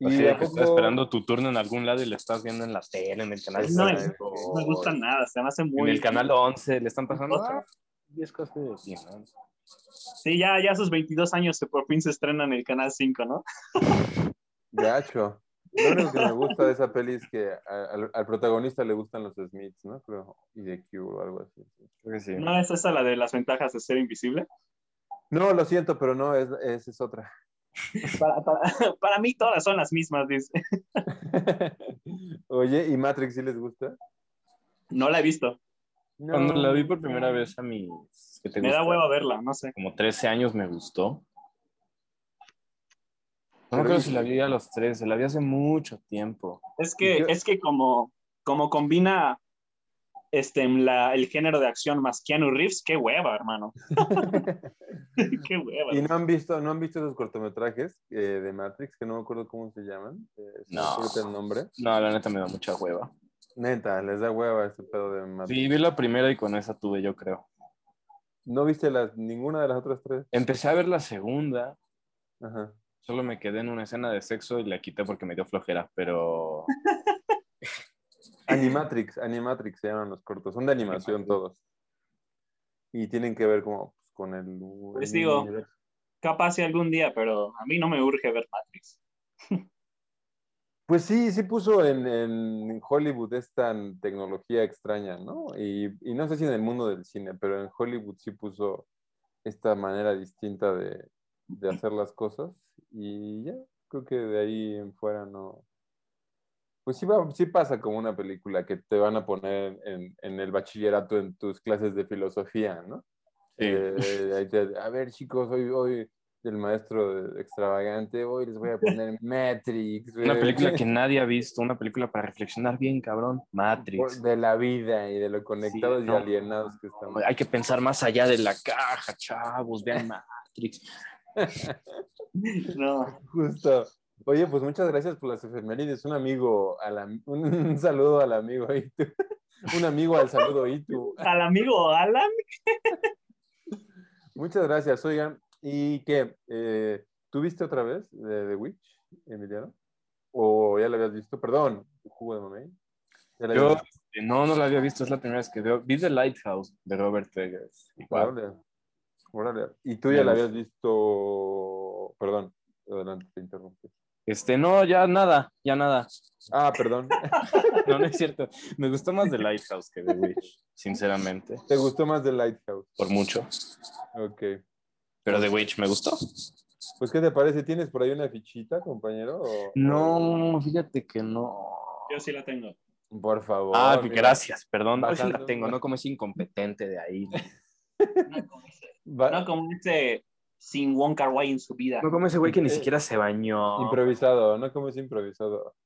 Speaker 5: o
Speaker 1: Y
Speaker 5: sea,
Speaker 1: ¿a
Speaker 5: que
Speaker 1: poco-
Speaker 5: estás esperando tu turno en algún lado y le estás viendo en la tele, en el canal
Speaker 3: No,
Speaker 1: Exacto.
Speaker 3: es- No me gusta nada, se me hace
Speaker 5: En
Speaker 3: muy...
Speaker 5: el canal 11 le están pasando
Speaker 3: Otra.
Speaker 5: ah, 10 cosas de ti, ¿no?
Speaker 3: Sí, ya, ya sus 22 años se- por fin se estrenan en el canal 5, ¿no?
Speaker 1: Gacho. Lo único que me gusta de esa peli es que a- al, al protagonista le gustan los Smiths, ¿no? Creo, y The Cure o algo así.
Speaker 5: Creo que sí.
Speaker 3: ¿No es esa la de las ventajas de ser invisible?
Speaker 1: No, lo siento, pero no, es- esa es, otra.
Speaker 3: Para, para- para mí todas son las mismas, dice.
Speaker 1: Oye, ¿y Matrix sí les gusta?
Speaker 3: No la he visto.
Speaker 1: No.
Speaker 2: Cuando la vi por primera vez a mis... que te
Speaker 3: Me da
Speaker 2: gusta,
Speaker 3: huevo verla, no sé.
Speaker 2: Como 13 años me gustó. No
Speaker 1: Pero
Speaker 2: me acuerdo
Speaker 1: dice-
Speaker 2: si la vi a los 13, la vi hace mucho tiempo.
Speaker 3: Es que,
Speaker 1: Yo-
Speaker 3: es que como, como combina este, la- el género de acción más Keanu Reeves, qué hueva, hermano. qué hueva.
Speaker 1: ¿Y no han visto, no han visto esos cortometrajes eh, de Matrix, que no me acuerdo cómo se llaman? Eh, si
Speaker 2: No.
Speaker 1: me acuerdo el nombre.
Speaker 2: No, la neta me da mucha hueva.
Speaker 1: Neta, les da hueva este pedo de Matrix.
Speaker 2: Sí, vi la primera y con esa tuve, yo creo.
Speaker 1: ¿No viste las, ninguna de las otras tres?
Speaker 2: Empecé a ver la segunda,
Speaker 1: Ajá.
Speaker 2: solo me quedé en una escena de sexo y la quité porque me dio flojera, pero
Speaker 1: Animatrix, Animatrix se llaman los cortos. Son de animación
Speaker 2: Animatrix.
Speaker 1: todos. Y tienen que ver como pues, con el... el
Speaker 3: Les digo.
Speaker 1: universo.
Speaker 3: Capaz si algún día, pero a mí no me urge ver Matrix.
Speaker 1: Pues sí, sí puso en, en Hollywood esta tecnología extraña, ¿no? Y, y no sé si en el mundo del cine, pero en Hollywood sí puso esta manera distinta de, de hacer las cosas. Y ya, creo que de ahí en fuera no. Pues sí, va- sí pasa como una película que te van a poner en, en el bachillerato en tus clases de filosofía, ¿no?
Speaker 2: sí.
Speaker 1: Eh, ahí te- a ver, chicos, hoy, hoy el maestro extravagante, hoy les voy a poner Matrix.
Speaker 2: Una
Speaker 1: eh.
Speaker 2: película que nadie ha visto, una película para reflexionar bien, cabrón.
Speaker 1: Por-
Speaker 2: Matrix.
Speaker 1: de la vida y de lo conectados
Speaker 2: no.
Speaker 1: y alienados que estamos.
Speaker 2: Hay que pensar más allá de la caja, chavos, vean Matrix.
Speaker 3: No.
Speaker 1: Justo. Oye, pues muchas gracias por las efemérides. Un amigo, al am- un, un saludo al amigo Itu. Un amigo al saludo Itu.
Speaker 3: Al amigo Alan.
Speaker 1: Muchas gracias, oigan. ¿Y qué? Eh, ¿Tuviste otra vez de The Witch, Emiliano? ¿O ya la habías visto? Perdón, jugo de mamey. Ya la
Speaker 2: Yo
Speaker 1: habías visto,
Speaker 2: eh, no, no la había visto, es la primera vez que veo. Vi The Lighthouse de Robert Eggers. Igual.
Speaker 1: Órale. Órale. Y tú
Speaker 2: Me
Speaker 1: ya la
Speaker 2: gusta.
Speaker 1: habías visto. Perdón, adelante, te interrumpí.
Speaker 2: Este, no, ya nada, ya nada.
Speaker 1: Ah, perdón.
Speaker 2: No, no es cierto. Me gustó más The Lighthouse que The Witch, sinceramente,
Speaker 1: ¿Te gustó más The Lighthouse?
Speaker 2: por mucho.
Speaker 1: Ok.
Speaker 2: Pero The Witch me gustó.
Speaker 1: Pues, ¿qué te parece? ¿Tienes por ahí una fichita, compañero? O-
Speaker 2: No, fíjate que no.
Speaker 3: Yo sí la tengo.
Speaker 1: Por favor.
Speaker 2: Ah,
Speaker 1: mira,
Speaker 2: gracias, perdón. Hoy sí la
Speaker 1: Bajando.
Speaker 2: tengo, no como es incompetente de ahí.
Speaker 3: No como ese,
Speaker 1: va-
Speaker 3: no como ese sin Wong Kar Wai en su vida.
Speaker 2: No como ese güey que ni
Speaker 1: Eh,
Speaker 2: siquiera se bañó.
Speaker 1: Improvisado, ¿no? ¿Cómo es improvisado?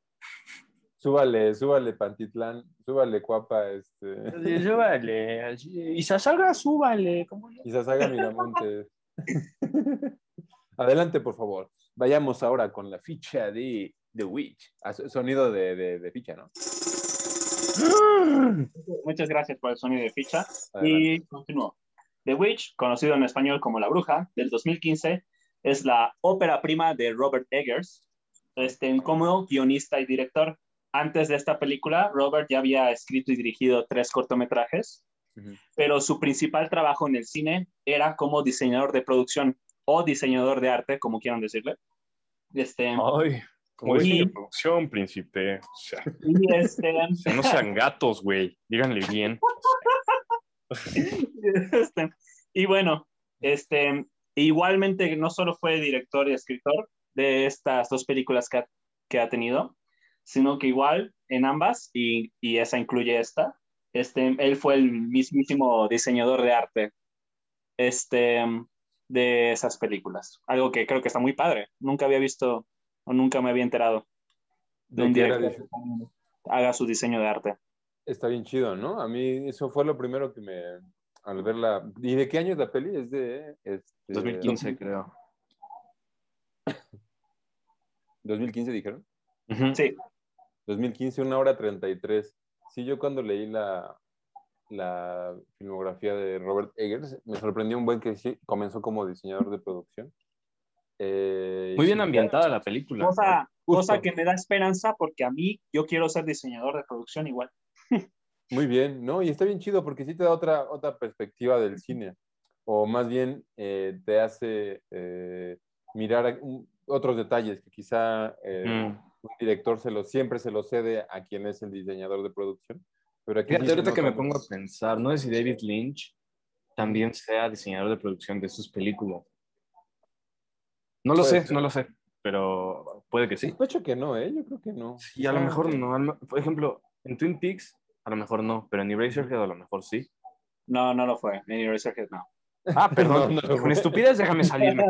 Speaker 1: Súbale, súbale Pantitlán, súbale Cuapa, este...
Speaker 2: Súbale, así, y se salga, súbale. ¿cómo no?
Speaker 1: Quizás haga Miramontes. Adelante, por favor. Vayamos ahora con la ficha de The Witch. Ah, so- Sonido de, de- de ficha, ¿no?
Speaker 3: Muchas gracias por el sonido de ficha.
Speaker 1: Adelante.
Speaker 3: Y continúo. The Witch, conocido en español como La Bruja, del 2015, es la ópera prima de Robert Eggers, este, como guionista y director. Antes de esta película, Robert ya había escrito y dirigido tres cortometrajes,
Speaker 1: Ujú.
Speaker 3: pero su principal trabajo en el cine era como diseñador de producción o diseñador de arte, como quieran decirle. Este,
Speaker 1: Oh.
Speaker 2: Ay, como
Speaker 3: Uy.
Speaker 2: dice la producción, príncipe. O sea,
Speaker 3: y este,
Speaker 2: o sea, no sean gatos, güey. Díganle bien.
Speaker 3: Este, y bueno, este, igualmente no solo fue director y escritor de estas dos películas que ha, que ha tenido, sino que igual en ambas, y, y esa incluye esta, este, él fue el mismísimo diseñador de arte este, de esas películas. Algo que creo que está muy padre. Nunca había visto o nunca me había enterado de
Speaker 1: ¿De
Speaker 3: un
Speaker 1: qué era
Speaker 3: director
Speaker 1: dise-
Speaker 3: que haga su diseño de arte.
Speaker 1: Está bien chido, ¿no? A mí eso fue lo primero que me... Al verla... ¿Y de qué año es la peli? Es de... este,
Speaker 2: 2015, creo.
Speaker 1: 2015 dijeron.
Speaker 2: Ujú.
Speaker 3: Sí.
Speaker 1: 2015, una hora 33. Sí, yo cuando leí la, la filmografía de Robert Eggers, me sorprendió un buen que sí, comenzó como diseñador de producción. Eh,
Speaker 2: Muy bien
Speaker 1: sí,
Speaker 2: ambientada la película.
Speaker 3: Cosa,
Speaker 1: Justo.
Speaker 3: cosa que me da esperanza porque a mí yo quiero ser diseñador de producción igual.
Speaker 1: Muy bien, ¿no? Y está bien chido porque sí te da otra, otra perspectiva del cine, o más bien eh, te hace eh, mirar un- otros detalles que quizá eh,
Speaker 2: Mm.
Speaker 1: un director se lo, siempre se lo cede a quien es el diseñador de producción. Pero aquí sí
Speaker 2: Fíjate,
Speaker 1: se
Speaker 2: ahorita que me
Speaker 1: nota
Speaker 2: pongo a pensar, no sé si David Lynch también sea diseñador de producción de sus películas. No lo
Speaker 1: Puede
Speaker 2: sé,
Speaker 1: ser.
Speaker 2: no lo sé, pero puede que sí.
Speaker 1: Sospecho que no, ¿eh? Yo creo que no.
Speaker 2: Y a lo
Speaker 1: Ah,
Speaker 2: mejor no, a lo- por ejemplo, en Twin Peaks a lo mejor no, pero en Eraserhead a lo mejor sí.
Speaker 3: No, no lo fue. En Eraserhead no.
Speaker 2: Ah, perdón,
Speaker 1: No, no lo
Speaker 2: con estupidez déjame salirme.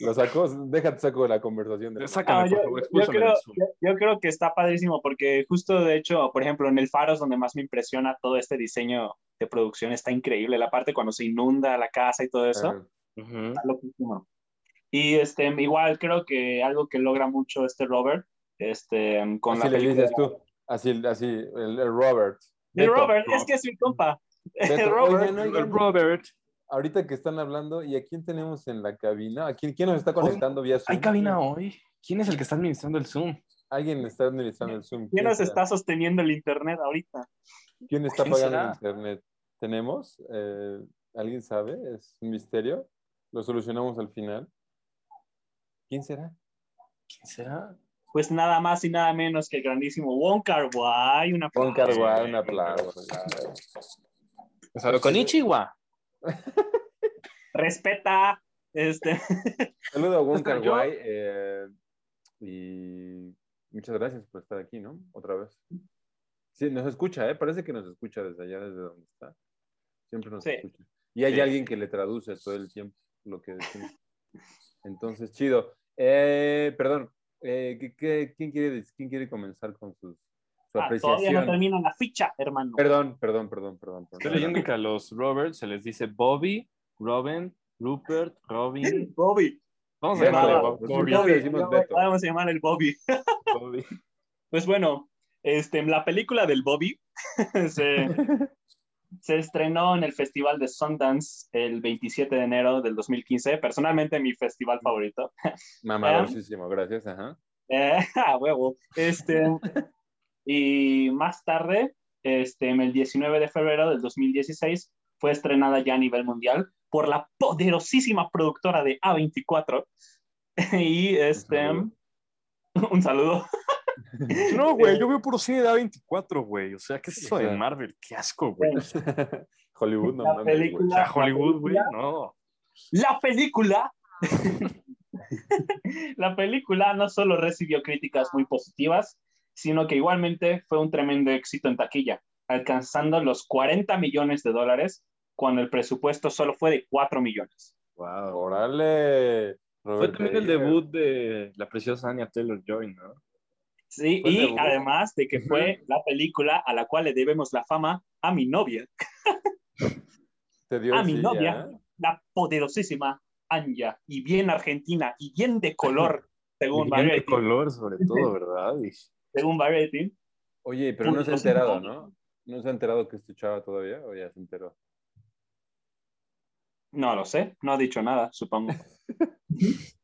Speaker 1: Lo sacó, déjate saco de la conversación. De
Speaker 2: Sácame, por
Speaker 3: No, Ah, yo-
Speaker 2: favor,
Speaker 3: yo,
Speaker 2: expúlsame
Speaker 3: creo,
Speaker 2: del Zoom.
Speaker 3: yo- yo creo que está padrísimo porque justo de hecho, por ejemplo, en el Faro es donde más me impresiona todo este diseño de producción, está increíble, la parte cuando se inunda la casa y todo eso,
Speaker 1: Ah,
Speaker 2: Ujú.
Speaker 3: está loquísimo. Y este, igual creo que algo que logra mucho este Robert, este, con
Speaker 1: así
Speaker 3: la
Speaker 1: le
Speaker 3: película...
Speaker 1: dices tú. Así, así, el, el Robert.
Speaker 3: El
Speaker 1: Beto,
Speaker 3: Robert, es que es mi compa.
Speaker 1: Beto.
Speaker 3: El Robert.
Speaker 1: Oigan, oigan,
Speaker 2: Robert.
Speaker 1: ahorita que están hablando, ¿y a quién tenemos en la cabina? ¿A quién, quién nos está conectando vía Zoom?
Speaker 2: ¿Hay cabina hoy? ¿Quién es el que está administrando el Zoom?
Speaker 1: Alguien está administrando el Zoom.
Speaker 3: ¿Quién nos
Speaker 1: será?
Speaker 3: está sosteniendo el internet ahorita?
Speaker 1: ¿Quién está
Speaker 2: ¿Quién
Speaker 1: pagando
Speaker 2: será?
Speaker 1: el internet? ¿Tenemos? Eh, ¿Alguien sabe? ¿Es un misterio? ¿Lo solucionamos al final? ¿Quién será?
Speaker 2: ¿Quién será?
Speaker 3: Pues nada más y nada menos que el grandísimo Wong Kar Wai, una
Speaker 1: Con Carguay, un
Speaker 2: Eh,
Speaker 1: aplauso.
Speaker 2: Con Ichiwa.
Speaker 3: respeta este
Speaker 1: Saludo a Wong
Speaker 2: Hasta yo.
Speaker 1: Carguay. eh, y muchas gracias por estar aquí, ¿no? Otra vez. Sí, nos escucha, ¿eh? Parece que nos escucha desde allá, desde donde está. Siempre nos
Speaker 3: Sí.
Speaker 1: escucha. Y hay
Speaker 2: Sí.
Speaker 1: alguien que le traduce todo el tiempo lo que decimos. Entonces, chido. Eh, perdón, eh, ¿qué- qué- quién, quiere, quién quiere comenzar con sus- su
Speaker 3: Ah, todavía no
Speaker 1: apreciación?
Speaker 3: termina la ficha, hermano.
Speaker 1: perdón, perdón, perdón, perdón. perdón.
Speaker 2: Estoy leyendo que a los Roberts se les dice Bobby, Robin, Rupert, Robin.
Speaker 3: Bobby.
Speaker 2: Vamos a
Speaker 1: Beto.
Speaker 2: llamarle
Speaker 3: Beto.
Speaker 2: Bob-
Speaker 1: Bobby,
Speaker 2: Bobby.
Speaker 1: le
Speaker 3: Bobby,
Speaker 1: decimos Beto.
Speaker 3: Vamos a llamar el Bobby.
Speaker 2: Bobby.
Speaker 3: Pues bueno, este, la película del Bobby se, se estrenó en el Festival de Sundance el 27 de enero del 2015. Personalmente, mi festival favorito.
Speaker 1: Mamadorcísimo, gracias. Ajá.
Speaker 3: Eh, a huevo. Este, y más tarde, este, el 19 de febrero del 2016, fue estrenada ya a nivel mundial por la poderosísima productora de A24. Y este,
Speaker 1: saludo.
Speaker 3: un saludo.
Speaker 2: No,
Speaker 3: Este,
Speaker 2: güey, yo veo puro cine de A24, güey. O sea, ¿qué es eso de
Speaker 1: Ajá.
Speaker 2: Marvel? Qué asco, güey. O
Speaker 1: Hollywood, no
Speaker 3: La
Speaker 1: mames, güey.
Speaker 3: película.
Speaker 2: sea, Hollywood, güey, no.
Speaker 3: La película. la película no solo recibió críticas muy positivas, sino que igualmente fue un tremendo éxito en taquilla, alcanzando los 40 millones de dólares cuando el presupuesto solo fue de 4 millones.
Speaker 2: Wow.
Speaker 1: Órale. Eh,
Speaker 2: Fue
Speaker 1: Robert
Speaker 2: también el
Speaker 1: Eggers.
Speaker 2: debut de la preciosa Anya Taylor-Joy, ¿no?
Speaker 3: Sí,
Speaker 1: Fue
Speaker 3: y
Speaker 1: debut.
Speaker 3: además de que fue la película a la cual le debemos la fama a mi novia,
Speaker 1: Te dio
Speaker 3: a
Speaker 1: el
Speaker 3: Ah, mi
Speaker 1: sí,
Speaker 3: novia.
Speaker 1: ¿eh?
Speaker 3: la poderosísima Anja, y bien argentina, y bien de color, según
Speaker 2: Y bien de
Speaker 3: Variety.
Speaker 2: color, sobre todo, ¿verdad? Y-
Speaker 3: Según Variety.
Speaker 1: Oye, pero no se ha
Speaker 3: Puntos
Speaker 1: enterado,
Speaker 3: en
Speaker 1: ¿no? ¿No se ha enterado que es tu chava todavía? O ya se enteró.
Speaker 3: No lo sé, no ha dicho nada, supongo.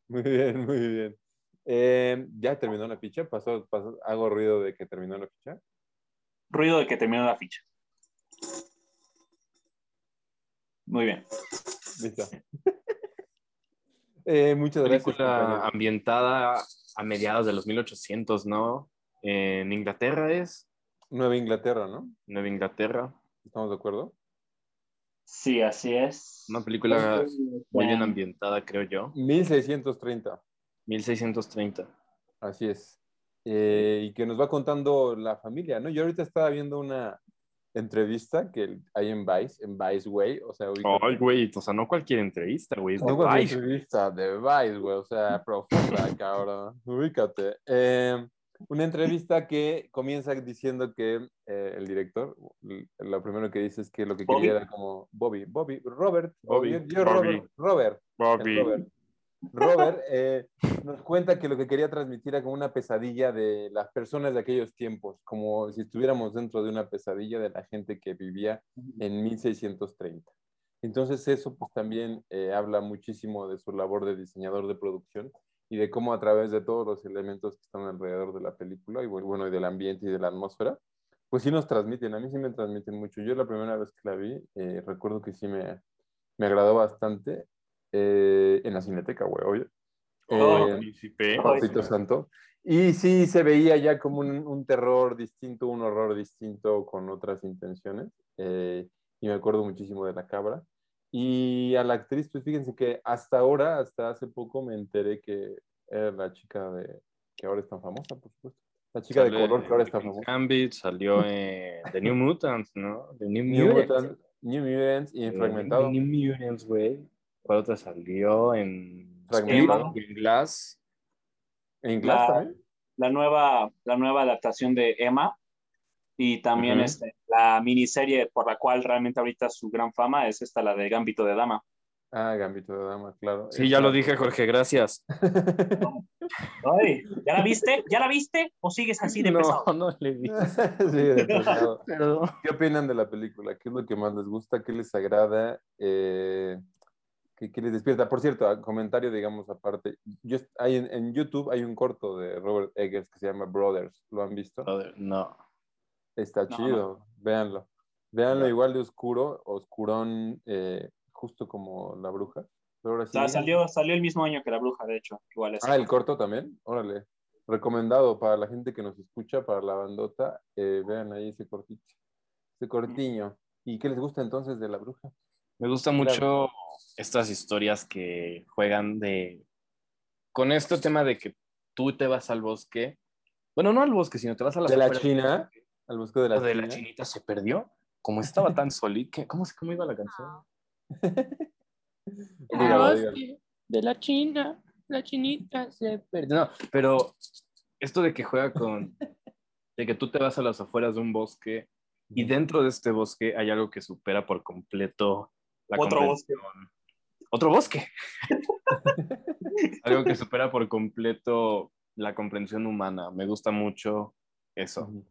Speaker 1: Muy bien, muy bien. Eh, ¿Ya terminó la ficha? ¿Pasó, pasó- ¿Hago ruido de que terminó la ficha?
Speaker 3: ruido de que terminó la ficha. Muy bien.
Speaker 1: Listo. Eh, muchas gracias.
Speaker 2: película
Speaker 1: compañero.
Speaker 2: ambientada a mediados de los 1800, ¿no? En Inglaterra es,
Speaker 1: Nueva Inglaterra, ¿no?
Speaker 2: Nueva Inglaterra.
Speaker 1: ¿Estamos de acuerdo?
Speaker 3: Sí, así es.
Speaker 2: Una
Speaker 1: pues,
Speaker 2: película
Speaker 3: Este,
Speaker 2: muy bien ambientada, creo yo.
Speaker 1: 1630.
Speaker 2: 1630.
Speaker 1: Así es. Eh, y que nos va contando la familia, ¿no? Yo ahorita estaba viendo una entrevista que hay en Vice, en Vice Way, o sea, ubicas-
Speaker 2: Ay, güey, o sea, no cualquier entrevista, güey. Es de
Speaker 1: No, güey,
Speaker 2: Vice.
Speaker 1: entrevista de Vice, güey, o sea, profunda, cabrón. Ubícate. Eh, una entrevista que comienza diciendo que eh, el director, l- lo primero que dice es que lo que
Speaker 3: Bobby.
Speaker 1: quería era como Bobby, Bobby, Robert,
Speaker 2: Bobby,
Speaker 1: yo- yo
Speaker 2: Bobby.
Speaker 1: Robert, Robert, el
Speaker 2: Bobby.
Speaker 1: Robert. Robert, eh, nos cuenta que lo que quería transmitir era como una pesadilla de las personas de aquellos tiempos, como si estuviéramos dentro de una pesadilla de la gente que vivía en 1630. Entonces eso pues también eh, habla muchísimo de su labor de diseñador de producción y de cómo a través de todos los elementos que están alrededor de la película y bueno, y del ambiente y de la atmósfera, pues sí nos transmiten, a mí sí me transmiten mucho. Yo la primera vez que la vi, eh, recuerdo que sí me, me agradó bastante eh, en la cineteca, güey, oye.
Speaker 2: Oh,
Speaker 1: Eh,
Speaker 2: príncipe.
Speaker 1: Papito Santo. Y sí, se veía ya como un, un terror distinto, un horror distinto con otras intenciones. Eh, y me acuerdo muchísimo de la cabra. Y a la actriz, pues fíjense que hasta ahora, hasta hace poco me enteré que era la chica de que ahora es tan famosa, por supuesto. La chica
Speaker 2: Sale
Speaker 1: de color que ahora
Speaker 2: en
Speaker 1: está famosa.
Speaker 2: Gambit salió en The New Mutants, ¿no? The New
Speaker 1: New
Speaker 2: Mutants. Eh,
Speaker 1: Mutants, New Mutants y en Fragmentado.
Speaker 2: New Mutants, güey. ¿Cuál otra salió en
Speaker 1: Fragmentado.
Speaker 2: Split, en Glass?
Speaker 1: En inglés también.
Speaker 3: la nueva, la nueva adaptación de Emma y también
Speaker 2: Ujú.
Speaker 3: este, la miniserie por la cual realmente ahorita su gran fama es esta, la de Gambito de Dama.
Speaker 1: Ah, Gambito de Dama, claro.
Speaker 2: Sí, ya lo dije, Jorge, gracias.
Speaker 3: Ay, ¿Ya la viste? ¿Ya la viste? ¿O sigues así de pesado?
Speaker 2: no, no le vi.
Speaker 1: sí, de pasado.
Speaker 2: Perdón.
Speaker 1: ¿Qué opinan de la película? ¿Qué es lo que más les gusta? ¿Qué les agrada? Eh, ¿qué, qué les despierta? Por cierto, a- comentario, digamos, aparte. Yo, est- hay en, en YouTube hay un corto de Robert Eggers que se llama Brothers. ¿Lo han visto?
Speaker 2: Brother, No.
Speaker 1: Está
Speaker 3: Ah, No,
Speaker 1: chido. Véanlo. Véanlo
Speaker 2: Va.
Speaker 1: igual de oscuro, oscurón, eh, justo como la bruja. Pero ahora
Speaker 3: O
Speaker 1: sí.
Speaker 3: sea, salió, salió el mismo año que La Bruja, de hecho. Igual es.
Speaker 1: Ah, el corto también. Órale. Recomendado para la gente que nos escucha, para la bandota. eh, vean ahí ese cortito. Ese cortiño. ¿Y qué les gusta entonces de la bruja?
Speaker 2: Me gusta mucho estas historias que juegan de... Con este tema de que tú te vas al bosque. Bueno, no al bosque, sino te vas a las
Speaker 1: ¿De la
Speaker 2: afueras.
Speaker 1: China? Al bosque de la
Speaker 2: Lo de la
Speaker 1: China.
Speaker 2: chinita se perdió. Como estaba tan solita. ¿Cómo, se- ¿Cómo iba la canción?
Speaker 1: Dígalo, dígalo.
Speaker 2: Ah, de la China, la chinita se perdió. No, pero esto de que juega con, de que tú te vas a las afueras de un bosque y dentro de este bosque hay algo que supera por completo la
Speaker 3: Otro
Speaker 2: comprensión. Otro bosque. algo que supera por completo la comprensión humana. Me gusta mucho eso.
Speaker 1: Ujú.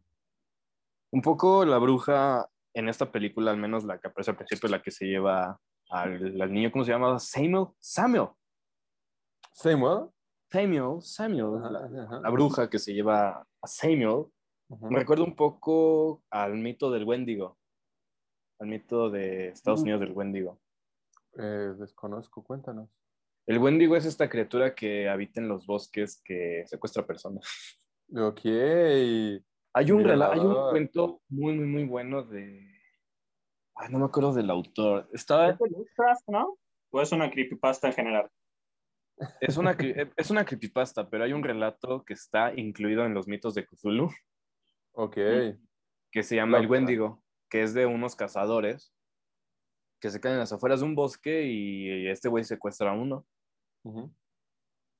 Speaker 2: Un poco la bruja en esta película, al menos la que aparece al principio, la que se lleva al, al niño, ¿cómo se llama? Samuel. Samuel.
Speaker 1: Samuel.
Speaker 2: Samuel, Samuel,
Speaker 1: Ajá,
Speaker 2: la,
Speaker 1: ajá.
Speaker 2: la bruja que se lleva a Samuel,
Speaker 1: Ujú.
Speaker 2: me recuerda un poco al mito del Wendigo, al mito de Estados
Speaker 1: Mm.
Speaker 2: Unidos del Wendigo.
Speaker 1: Eh, desconozco, cuéntanos.
Speaker 2: El Wendigo es esta criatura que habita en los bosques que secuestra personas.
Speaker 1: Ok.
Speaker 2: Hay un, rela- hay un
Speaker 1: Violador.
Speaker 2: cuento muy, muy, muy bueno de... Ay, no me acuerdo del autor. Está,
Speaker 3: ¿Es de Lovecraft, no? ¿O es una creepypasta en general?
Speaker 2: es, una, cri- es una creepypasta, pero hay un relato que está incluido en los mitos de Cthulhu,
Speaker 1: Ok.
Speaker 2: que se llama El
Speaker 1: Lovecraft.
Speaker 2: Wendigo, que es de unos cazadores que se caen en las afueras de un bosque y este güey secuestra a uno
Speaker 1: Ujú.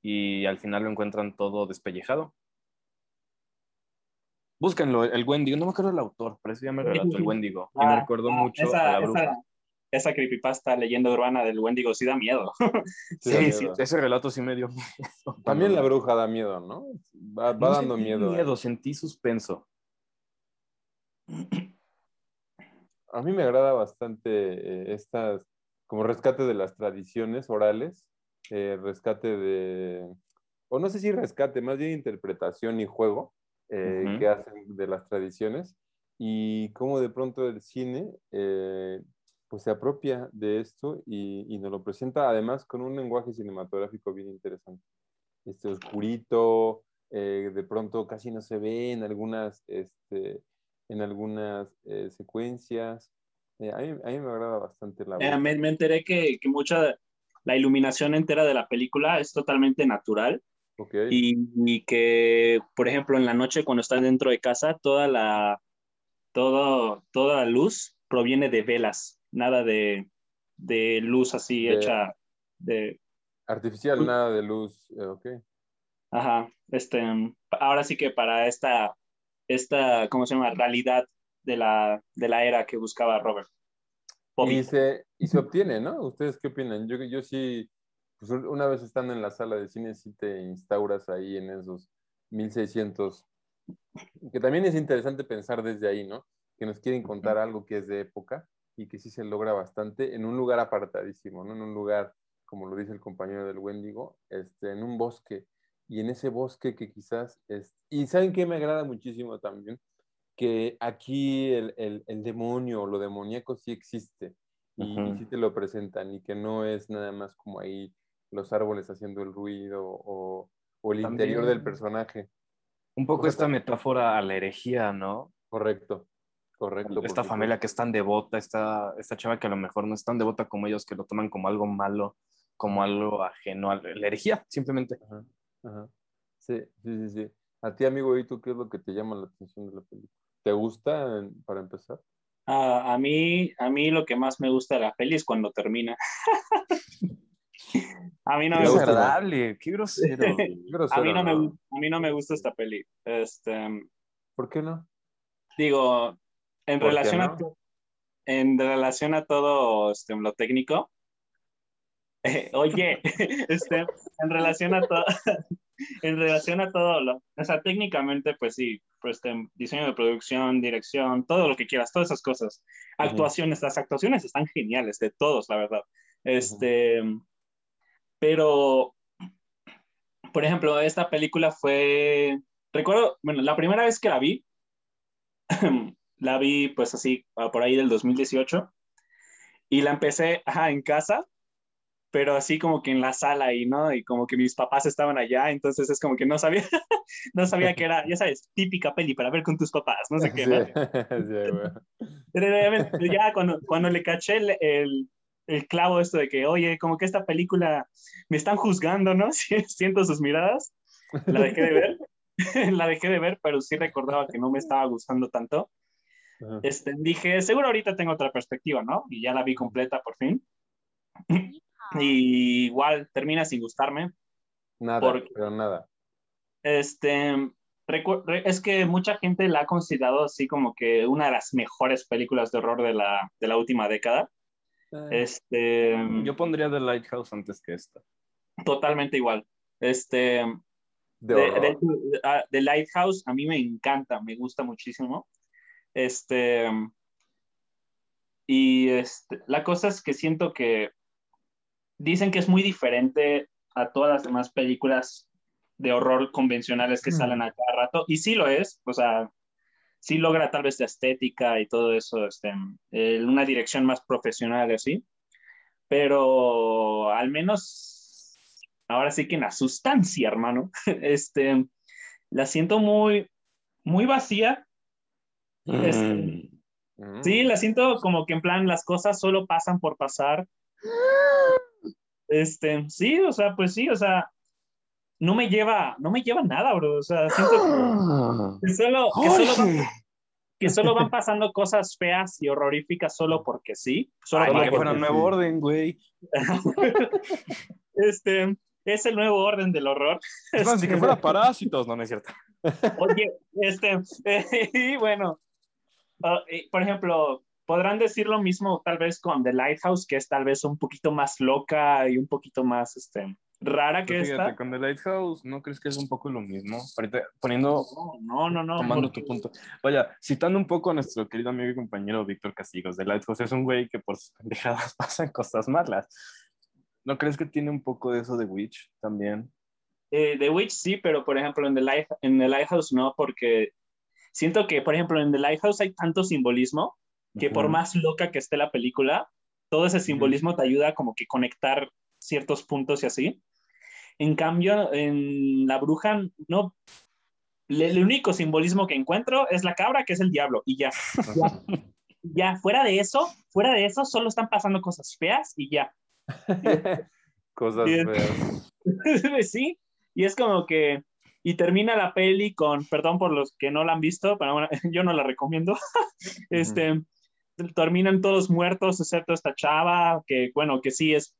Speaker 2: y al final lo encuentran todo despellejado. Búsquenlo, el Wendigo, no me acuerdo el autor, pero eso ya me relató el Wendigo. y me
Speaker 3: Ah,
Speaker 2: recordó
Speaker 3: ah,
Speaker 2: mucho a
Speaker 3: Esa,
Speaker 2: la bruja.
Speaker 3: esa, esa creepypasta, leyenda urbana del Wendigo, sí da miedo.
Speaker 1: Sí,
Speaker 2: Sí,
Speaker 1: da
Speaker 2: sí,
Speaker 1: miedo.
Speaker 2: ese relato sí me dio miedo.
Speaker 1: También la bruja da miedo, ¿no? Va, va
Speaker 2: No
Speaker 1: dando
Speaker 2: sentí
Speaker 1: miedo. eh.
Speaker 2: miedo, sentí suspenso.
Speaker 1: A mí me agrada bastante eh, estas, como rescate de las tradiciones orales, eh, rescate de, o no sé si rescate, más bien interpretación y juego eh,
Speaker 2: Ujú.
Speaker 1: que hacen de las tradiciones y cómo de pronto el cine eh, pues se apropia de esto y, y nos lo presenta además con un lenguaje cinematográfico bien interesante. Este oscurito, eh, de pronto casi no se ve en algunas, este, en algunas eh, secuencias. Eh, a, mí, a mí me agrada bastante la
Speaker 3: Eh,
Speaker 1: voz.
Speaker 3: me, me enteré que, que mucha, la iluminación entera de la película es totalmente natural.
Speaker 1: Ok.
Speaker 3: y, y que, por ejemplo, en la noche cuando están dentro de casa, toda la, todo, toda la luz proviene de velas, nada de, de luz así
Speaker 1: De-
Speaker 3: hecha de...
Speaker 1: Artificial, nada de luz. eh, ok.
Speaker 3: Ajá, este, mm, ahora sí que para esta, esta, ¿cómo se llama? Realidad de la, de la era que buscaba Robert.
Speaker 1: Y
Speaker 3: Bobby.
Speaker 1: se, y se obtiene, ¿no? ¿Ustedes qué opinan? Yo, yo sí, pues un- una vez estando en la sala de cine, sí te instauras ahí en esos 1600, que también es interesante pensar desde ahí, ¿no? Que nos quieren contar algo que es de época y que sí se logra bastante en un lugar apartadísimo, ¿no? En un lugar, como lo dice el compañero del Wendigo, este, en un bosque. Y en ese bosque que quizás es... Y ¿saben qué me agrada muchísimo también? que aquí el, el- el demonio o lo demoníaco sí existe y, y
Speaker 2: Ujú.
Speaker 1: sí te lo presentan y que no es nada más como ahí los árboles haciendo el ruido o, o el interior
Speaker 2: También-
Speaker 1: del personaje,
Speaker 2: Un
Speaker 1: O
Speaker 2: poco
Speaker 1: sea,
Speaker 2: esta metáfora a la herejía, ¿no?
Speaker 1: correcto. Correcto.
Speaker 2: Esta
Speaker 1: porque-
Speaker 2: familia que es tan devota, esta, esta chava que a lo mejor no es tan devota como ellos, que lo toman como algo malo, como algo ajeno a la la herejía, simplemente.
Speaker 1: Ajá, ajá. Sí, sí, sí, sí. A ti, amigo, ¿y tú qué es lo que te llama la atención de la película? ¿Te gusta en- para empezar?
Speaker 3: Ah, a, mí, a mí lo que más me gusta de la peli es cuando termina. a mí no
Speaker 1: Qué
Speaker 3: me gusta.
Speaker 5: Desagradable, qué grosero. güey.
Speaker 3: A
Speaker 1: Grosero,
Speaker 3: mí no me, gu- a mí no me gusta esta peli. Este,
Speaker 1: ¿Por qué no?
Speaker 3: digo, en
Speaker 1: ¿Por qué
Speaker 3: relación,
Speaker 1: no?
Speaker 3: a, to- en relación a todo este, lo técnico, eh, oye, este, en relación a todo, en relación a todo lo, o sea, técnicamente, pues sí, pues, este, diseño de producción, dirección, todo lo que quieras, todas esas cosas.
Speaker 1: Ujú.
Speaker 3: Actuaciones, las actuaciones están geniales de todos, la verdad. Este, pero, por ejemplo, esta película fue, recuerdo, bueno, la primera vez que la vi, la vi pues así, ah, por ahí del 2018, y la empecé, ajá, en casa, pero así como que en la sala y, ¿no? Y como que mis papás estaban allá, entonces es como que no sabía, no sabía que era, ya sabes, típica peli para ver con tus papás, no sé qué,
Speaker 1: Sí,
Speaker 3: ¿no?
Speaker 1: sí, güey.
Speaker 3: Pero realmente, ya cuando, cuando le caché el, el, el clavo esto de que, oye, como que esta película me están juzgando, ¿no? Sí, Siento sus miradas, la dejé de ver, la dejé de ver, pero sí recordaba que no me estaba gustando tanto.
Speaker 1: Ajá.
Speaker 3: Este, dije, seguro ahorita tengo otra perspectiva, ¿no? Y ya la vi completa por fin. Y igual termina sin gustarme.
Speaker 1: Nada,
Speaker 3: Porque-
Speaker 1: pero nada.
Speaker 3: Este, recu- re- es que mucha gente la ha considerado así como que una de las mejores películas de horror de la, de la última década. Este,
Speaker 2: Yo pondría The Lighthouse antes que esta.
Speaker 3: totalmente igual. Este,
Speaker 1: de
Speaker 3: de-
Speaker 1: horror.
Speaker 3: de hecho, ah, The Lighthouse a mí me encanta, me gusta muchísimo. Este, y este, la cosa es que siento que dicen que es muy diferente a todas las demás películas de horror convencionales que
Speaker 1: Mm.
Speaker 3: salen a cada rato, y sí lo es, o sea, sí logra tal vez la estética y todo eso, este, eh, una dirección más profesional, y así, pero al menos ahora sí que en la sustancia, hermano, este, la siento muy, muy vacía, Este,
Speaker 5: Mm.
Speaker 1: Mm.
Speaker 3: Sí, la siento como que en plan las cosas solo pasan por pasar. Este, sí, o sea, pues sí, o sea, no me lleva, no me lleva nada, bro. O sea, siento que, que solo, que solo, van, que solo van pasando cosas feas y horroríficas solo porque sí. Solo
Speaker 2: Ay,
Speaker 1: Solo
Speaker 2: que
Speaker 3: porque-
Speaker 2: fuera
Speaker 1: sí.
Speaker 2: Nuevo Orden, güey.
Speaker 3: este, es el nuevo orden del horror.
Speaker 2: Es más, ni que fuera Parásitos. No, no es cierto.
Speaker 3: Oye, este, y bueno, ah, eh, por ejemplo, podrán decir lo mismo tal vez con The Lighthouse, que es tal vez un poquito más loca y un poquito más, este, rara que
Speaker 2: Pero Pues fíjate,
Speaker 3: esta.
Speaker 2: con The Lighthouse, ¿no crees que es un poco lo mismo? Ahorita poniendo,
Speaker 3: No, no, no.
Speaker 2: tomando
Speaker 3: porque-
Speaker 2: tu punto. Vaya, citando un poco a nuestro querido amigo y compañero Víctor Castigos, The Lighthouse es un güey que por sus pendejadas pasan cosas malas. ¿No crees que tiene un poco de eso de Witch también?
Speaker 3: Eh, The Witch sí, pero por ejemplo en The, Light, en The Lighthouse no, porque siento que, por ejemplo, en The Lighthouse hay tanto simbolismo que por
Speaker 2: Ujú.
Speaker 3: más loca que esté la película, todo ese simbolismo te ayuda como que conectar ciertos puntos y así. En cambio, en La Bruja, no. Le- El único simbolismo que encuentro es la cabra, que es el diablo, y ya. Ya, fuera de eso, fuera de eso, solo están pasando cosas feas y ya.
Speaker 1: Cosas
Speaker 3: Bien.
Speaker 1: feas.
Speaker 3: sí, y es como que. Y termina la peli con, perdón por los que no la han visto, pero bueno, yo no la recomiendo. este, Terminan todos muertos, excepto esta chava, que bueno, que sí es,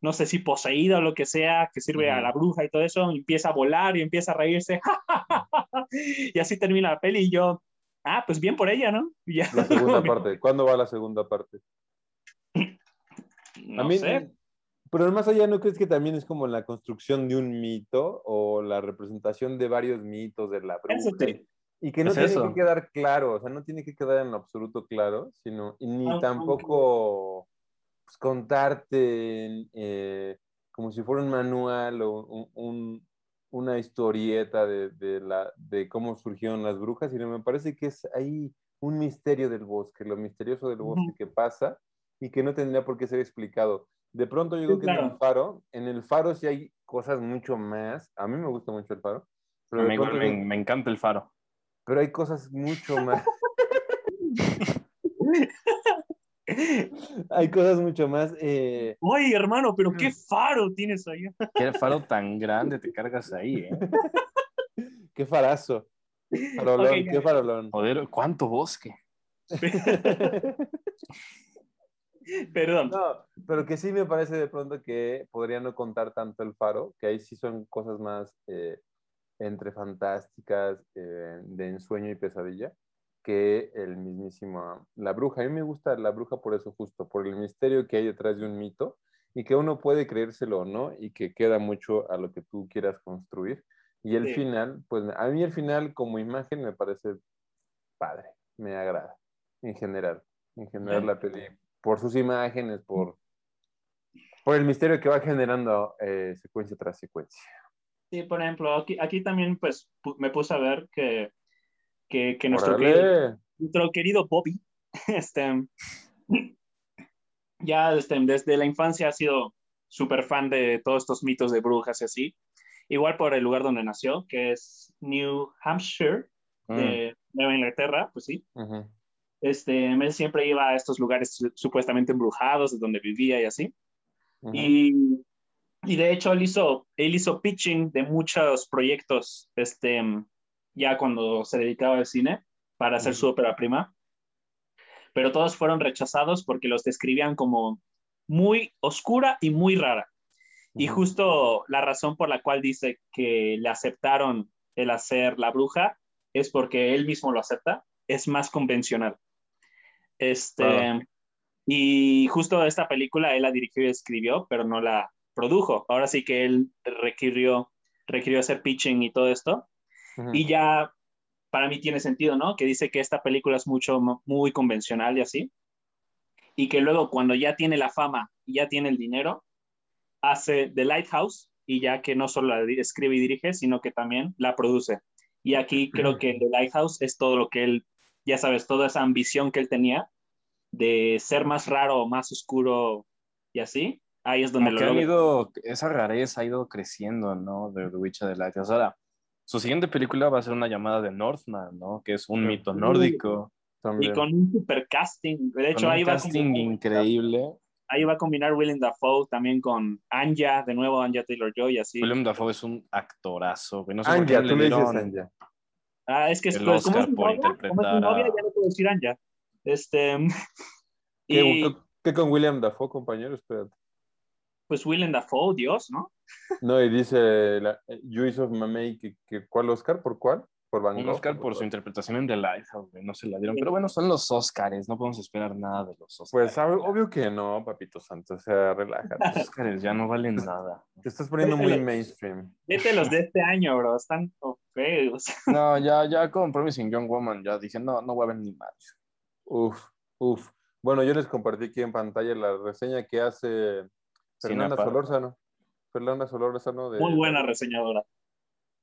Speaker 3: no sé si poseída o lo que sea, que sirve a
Speaker 2: Ujú.
Speaker 3: la bruja y todo eso, y empieza a volar y empieza a reírse. y así termina la peli y yo, ah, pues bien por ella, ¿no? Y ya.
Speaker 1: La segunda parte. ¿Cuándo va la segunda parte?
Speaker 3: No sé.
Speaker 1: Pero más allá, ¿no crees que también es como la construcción de un mito o la representación de varios mitos de la
Speaker 3: Eso
Speaker 1: bruja?
Speaker 3: sí.
Speaker 1: Y que no
Speaker 2: Es
Speaker 1: tiene
Speaker 2: eso.
Speaker 1: que quedar claro, o sea, no tiene que quedar en absoluto claro, sino y ni
Speaker 3: Ah,
Speaker 1: tampoco pues, contarte en, eh, como si fuera un manual o un- un- una historieta de, de la, de cómo surgieron las brujas, sino me parece que es ahí un misterio del bosque, lo misterioso del bosque
Speaker 3: Ujú.
Speaker 1: que pasa y que no tendría por qué ser explicado. De pronto yo
Speaker 3: Sí,
Speaker 1: creo que en
Speaker 3: claro.
Speaker 1: el faro, en el faro sí hay cosas mucho más, a mí me gusta mucho el faro, pero de
Speaker 2: Amigo,
Speaker 1: pronto
Speaker 2: me, me encanta el faro.
Speaker 1: pero hay cosas mucho más. Hay cosas mucho más. eh,
Speaker 3: Oye, hermano, pero qué faro tienes ahí.
Speaker 2: Qué faro tan grande te cargas ahí, ¿eh?
Speaker 1: qué farazo. Farolón,
Speaker 3: Ok, ya.
Speaker 1: qué farolón.
Speaker 2: Joder, cuánto bosque.
Speaker 3: Perdón.
Speaker 1: No, pero que sí me parece de pronto que podría no contar tanto el faro, que ahí sí son cosas más eh, entre fantásticas, eh, de ensueño y pesadilla, que el mismísimo La Bruja. A mí me gusta La Bruja por eso justo, por el misterio que hay detrás de un mito y que uno puede creérselo o no y que queda mucho a lo que tú quieras construir. Y el
Speaker 3: Sí.
Speaker 1: final, pues a mí el final como imagen me parece padre, me agrada, en general, en general
Speaker 3: Sí.
Speaker 1: la peli, por sus
Speaker 3: Mm.
Speaker 1: imágenes, por, por el misterio que va generando eh, secuencia tras secuencia.
Speaker 3: Sí, por ejemplo, aquí, aquí también pues pu- me puse a ver que, que, que nuestro,
Speaker 1: Órale.
Speaker 3: querido, nuestro querido Bobby, este, ya este, desde la infancia ha sido súper fan de todos estos mitos de brujas y así. Igual por el lugar donde nació, que es New Hampshire, de Nueva Inglaterra, pues sí.
Speaker 1: Mm, Ujú.
Speaker 3: Este, él siempre iba a estos lugares su- supuestamente embrujados, de donde vivía y así.
Speaker 1: Ujú.
Speaker 3: Y, y de hecho, él hizo, él hizo pitching de muchos proyectos este, ya cuando se dedicaba al cine para hacer su ópera prima. Pero todos fueron rechazados porque los describían como muy oscura y muy rara. Y
Speaker 1: Ujú.
Speaker 3: justo la razón por la cual dice que le aceptaron el hacer la bruja es porque él mismo lo acepta, es más convencional. Este,
Speaker 1: Claro.
Speaker 3: Y justo esta película él la dirigió y escribió, pero no la produjo. Ahora sí que él requirió, requirió hacer pitching y todo esto.
Speaker 1: Ujú.
Speaker 3: Y ya para mí tiene sentido, ¿no? Que dice que esta película es mucho, muy convencional y así. Y que luego cuando ya tiene la fama y ya tiene el dinero, hace The Lighthouse y ya que no solo la di- escribe y dirige, sino que también la produce. Y aquí creo que The Lighthouse es todo lo que él, ya sabes, toda esa ambición que él tenía de ser más raro, más oscuro y así. Ahí es donde
Speaker 2: Como
Speaker 3: lo
Speaker 2: que han
Speaker 3: logra.
Speaker 2: ido, esa rareza ha ido creciendo, ¿no? De The Witch de la Ahora, su siguiente película va a ser una llamada de Northman, ¿no? Que es un
Speaker 1: Sí.
Speaker 2: mito nórdico.
Speaker 1: También.
Speaker 3: Y con un super casting. De hecho,
Speaker 2: con
Speaker 3: ahí
Speaker 2: un
Speaker 3: va como-
Speaker 2: casting increíble.
Speaker 3: ahí va a combinar Willem Dafoe también con Anja, de nuevo Anja Taylor-Joy, y así.
Speaker 2: William Dafoe es un actorazo. güey. No sé por qué
Speaker 1: Anja,
Speaker 2: le
Speaker 1: tú le dices
Speaker 2: dieron-
Speaker 1: Anja.
Speaker 3: Ah, es que
Speaker 2: El
Speaker 3: pues, como
Speaker 2: Oscar
Speaker 3: es mi
Speaker 2: por
Speaker 3: novia, como es mi
Speaker 2: interpretar a-
Speaker 3: novia, ya no puedo decir Anja. Este,
Speaker 1: ¿Qué,
Speaker 3: y
Speaker 1: qué con William Dafoe, compañero? Espérate.
Speaker 3: pues Willem Dafoe, Dios, ¿no?
Speaker 1: No, y dice la, Juice of Mamey, que, que- ¿cuál Oscar? ¿Por cuál? ¿Por Van
Speaker 2: Un
Speaker 1: Gogh? Pues,
Speaker 2: Oscar por su interpretación en The Lighthouse, güey, no se la dieron. Pero bueno, son los Oscars, no podemos esperar nada de los Oscars.
Speaker 1: Pues ob- obvio que no, papito santo, o sea, relájate.
Speaker 2: los Oscars ya no valen nada.
Speaker 1: Te estás poniendo muy mainstream.
Speaker 3: Vete los de este año, bro, están feos.
Speaker 2: No, ya, ya con Promising Young Woman ya dije, no, no voy a ver ni más.
Speaker 1: Uf, uf. Bueno, yo les compartí aquí en pantalla la reseña que hace Fernanda
Speaker 2: Sinapa.
Speaker 1: Solórzano. Fernanda Solórzano
Speaker 2: Pues,
Speaker 1: de...
Speaker 3: Muy buena reseñadora.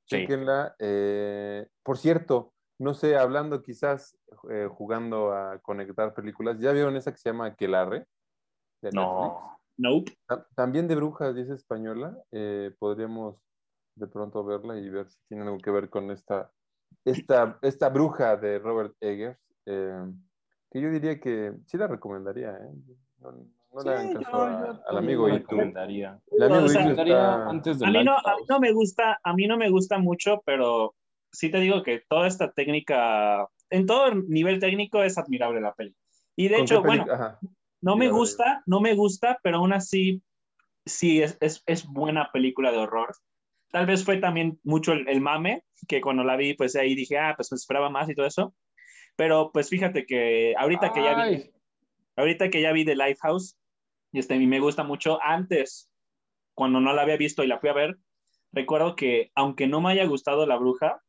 Speaker 2: Sí.
Speaker 1: Chéquenla. Eh, por cierto, no sé, hablando quizás, eh, jugando a conectar películas, ¿ya vieron esa que se llama Aquelarre? De Netflix.
Speaker 2: No.
Speaker 3: Nope.
Speaker 1: Ta- También de brujas, dice española, eh, podríamos de pronto verla y ver si tiene algo que ver con esta, esta, esta bruja de Robert Eggers, eh, que yo diría que sí la recomendaría, ¿eh? No, no le hagan caso a- al amigo
Speaker 2: Yo
Speaker 1: Itu.
Speaker 2: recomendaría.
Speaker 1: El amigo
Speaker 3: O sea,
Speaker 1: Itu
Speaker 2: Recomendaría
Speaker 1: está...
Speaker 2: antes de
Speaker 3: A mí, no, a mí
Speaker 2: Lighthouse.
Speaker 3: no me gusta, a mí no me gusta mucho, pero sí te digo que toda esta técnica, en todo nivel técnico es admirable la peli. Y de
Speaker 1: ¿Con
Speaker 3: hecho,
Speaker 1: qué
Speaker 3: bueno,
Speaker 1: peli- ajá.
Speaker 3: No me
Speaker 1: Claro,
Speaker 3: gusta, no me gusta, pero aún así sí es, es, es buena película de horror. Tal vez fue también mucho el, el mame, que cuando la vi, pues ahí dije, ah, pues me esperaba más y todo eso. Pero pues fíjate que ahorita que ya vi,
Speaker 2: Ay,
Speaker 3: ahorita que ya vi The Lighthouse, y este, y me gusta mucho, antes, cuando no la había visto y la fui a ver, recuerdo que aunque no me haya gustado La Bruja,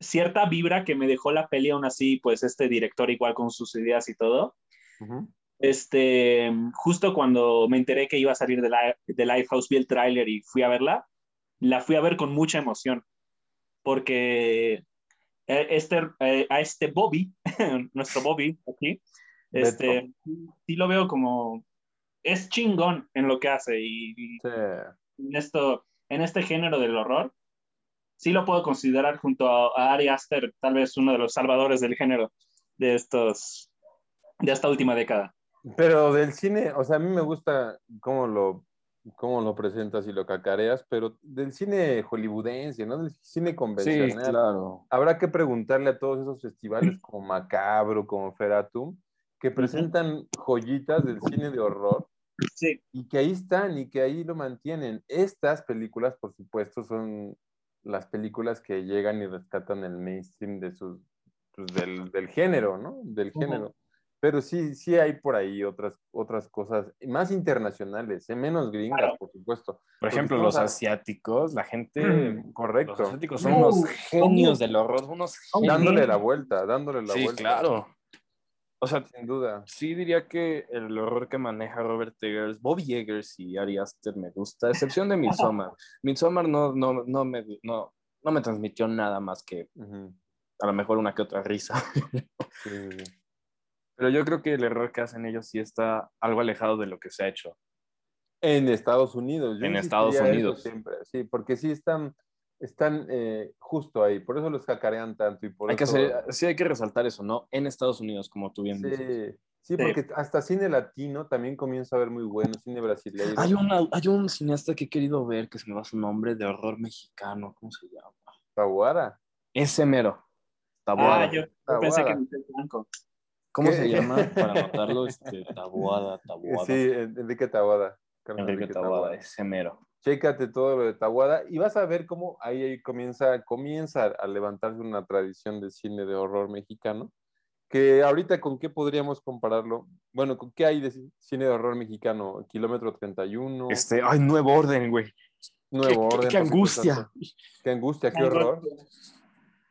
Speaker 3: cierta vibra que me dejó la peli aún así, pues este director igual con sus ideas y todo,
Speaker 1: Ujú.
Speaker 3: este, justo cuando me enteré que iba a salir de, la, de Lifehouse, vi el tráiler y fui a verla. La fui a ver con mucha emoción, porque eh, este, eh, a este Bobby, nuestro Bobby aquí, este, sí lo veo como, es chingón en lo que hace y, y
Speaker 1: Sí.
Speaker 3: en, esto, en este género del horror, sí lo puedo considerar junto a, a Ari Aster, tal vez uno de los salvadores del género de estos de esta última década.
Speaker 1: Pero del cine, o sea, a mí me gusta cómo lo, cómo lo presentas y lo cacareas, pero del cine hollywoodense, ¿no? Del cine convencional.
Speaker 2: Sí, claro.
Speaker 1: Habrá que preguntarle a todos esos festivales como Macabro, como Feratum, que presentan joyitas del cine de horror
Speaker 3: Sí.
Speaker 1: y que ahí están y que ahí lo mantienen. Estas películas, por supuesto, son las películas que llegan y rescatan el mainstream de sus, pues, del, del género, ¿no? Del
Speaker 3: Ujú.
Speaker 1: género. Pero sí, sí hay por ahí otras, otras cosas más internacionales, eh, menos gringas,
Speaker 3: Claro.
Speaker 1: por supuesto.
Speaker 2: Por ejemplo,
Speaker 1: Porque
Speaker 2: los
Speaker 1: estamos
Speaker 2: asiáticos, la gente. Los
Speaker 1: Correcto.
Speaker 2: asiáticos son
Speaker 3: No,
Speaker 2: unos
Speaker 3: son
Speaker 2: genios
Speaker 3: unos-
Speaker 2: del horror, unos
Speaker 3: son
Speaker 2: genios.
Speaker 1: Dándole la vuelta, dándole la
Speaker 2: Sí,
Speaker 1: vuelta.
Speaker 2: claro. O sea,
Speaker 1: Sin duda.
Speaker 2: sí diría que el horror que maneja Robert Eggers, Bobby Eggers y Ari Aster me gusta, a excepción de Midsommar. Midsommar no, no, no, me, no, no me transmitió nada más que
Speaker 1: Ujú.
Speaker 2: a lo mejor una que otra risa.
Speaker 1: Sí, sí, sí.
Speaker 2: Pero yo creo que el error que hacen ellos sí está algo alejado de lo que se ha hecho.
Speaker 1: En Estados Unidos. yo
Speaker 2: En
Speaker 1: insistiría
Speaker 2: Estados
Speaker 1: eso
Speaker 2: Unidos.
Speaker 1: siempre, sí, porque sí están, están eh, justo ahí. Por eso los cacarean tanto y por
Speaker 2: Hay que
Speaker 1: eso-
Speaker 2: hacer, sí hay que resaltar eso, ¿no? En Estados Unidos, como tú bien dices.
Speaker 1: Sí, sí, porque hasta cine latino también comienza a ver muy bueno, cine brasileño.
Speaker 2: Hay, una- hay un cineasta que he querido ver que se me va su nombre de horror mexicano, ¿cómo se llama?
Speaker 1: Tahuara.
Speaker 2: Ese mero. Taboada.
Speaker 3: Ah, yo
Speaker 1: Taboada.
Speaker 3: pensé que me hice blanco.
Speaker 2: ¿Cómo
Speaker 1: ¿Qué?
Speaker 2: se llama? Para anotarlo, este, Taboada, Taboada.
Speaker 1: Eh, Sí, En- Enrique Tahuada. Carlos
Speaker 2: Enrique Taboada, ese mero.
Speaker 1: Chécate todo lo de Tahuada y vas a ver cómo ahí, ahí comienza, comienza a levantarse una tradición de cine de horror mexicano. Que ahorita, ¿con qué podríamos compararlo? Bueno, ¿con qué hay de ci- cine de horror mexicano? Kilómetro 31,
Speaker 2: Este, ay, nuevo orden, güey.
Speaker 1: Nuevo
Speaker 2: qué-
Speaker 1: Orden.
Speaker 2: qué
Speaker 1: por supuesto.
Speaker 2: angustia.
Speaker 1: Qué angustia, qué
Speaker 3: Algo-
Speaker 1: horror.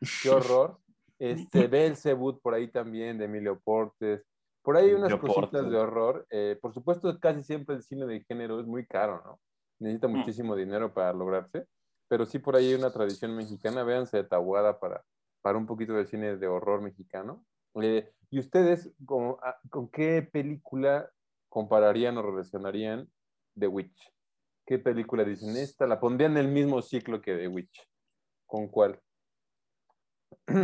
Speaker 1: qué horror. Este, Belzebut por ahí también, de Emilio Portes. Por ahí hay unas
Speaker 2: Emilio
Speaker 1: cositas
Speaker 2: Portes.
Speaker 1: de horror. Eh, por supuesto, casi siempre el cine de género es muy caro, ¿no? Necesita muchísimo dinero para lograrse. Pero sí, por ahí hay una tradición mexicana. Véanse de Tahuada para, para un poquito de cine de horror mexicano. Eh, ¿Y ustedes con, a- con qué película compararían o relacionarían The Witch? ¿Qué película dicen esta? ¿La pondrían en el mismo ciclo que The Witch? ¿Con cuál? Eh,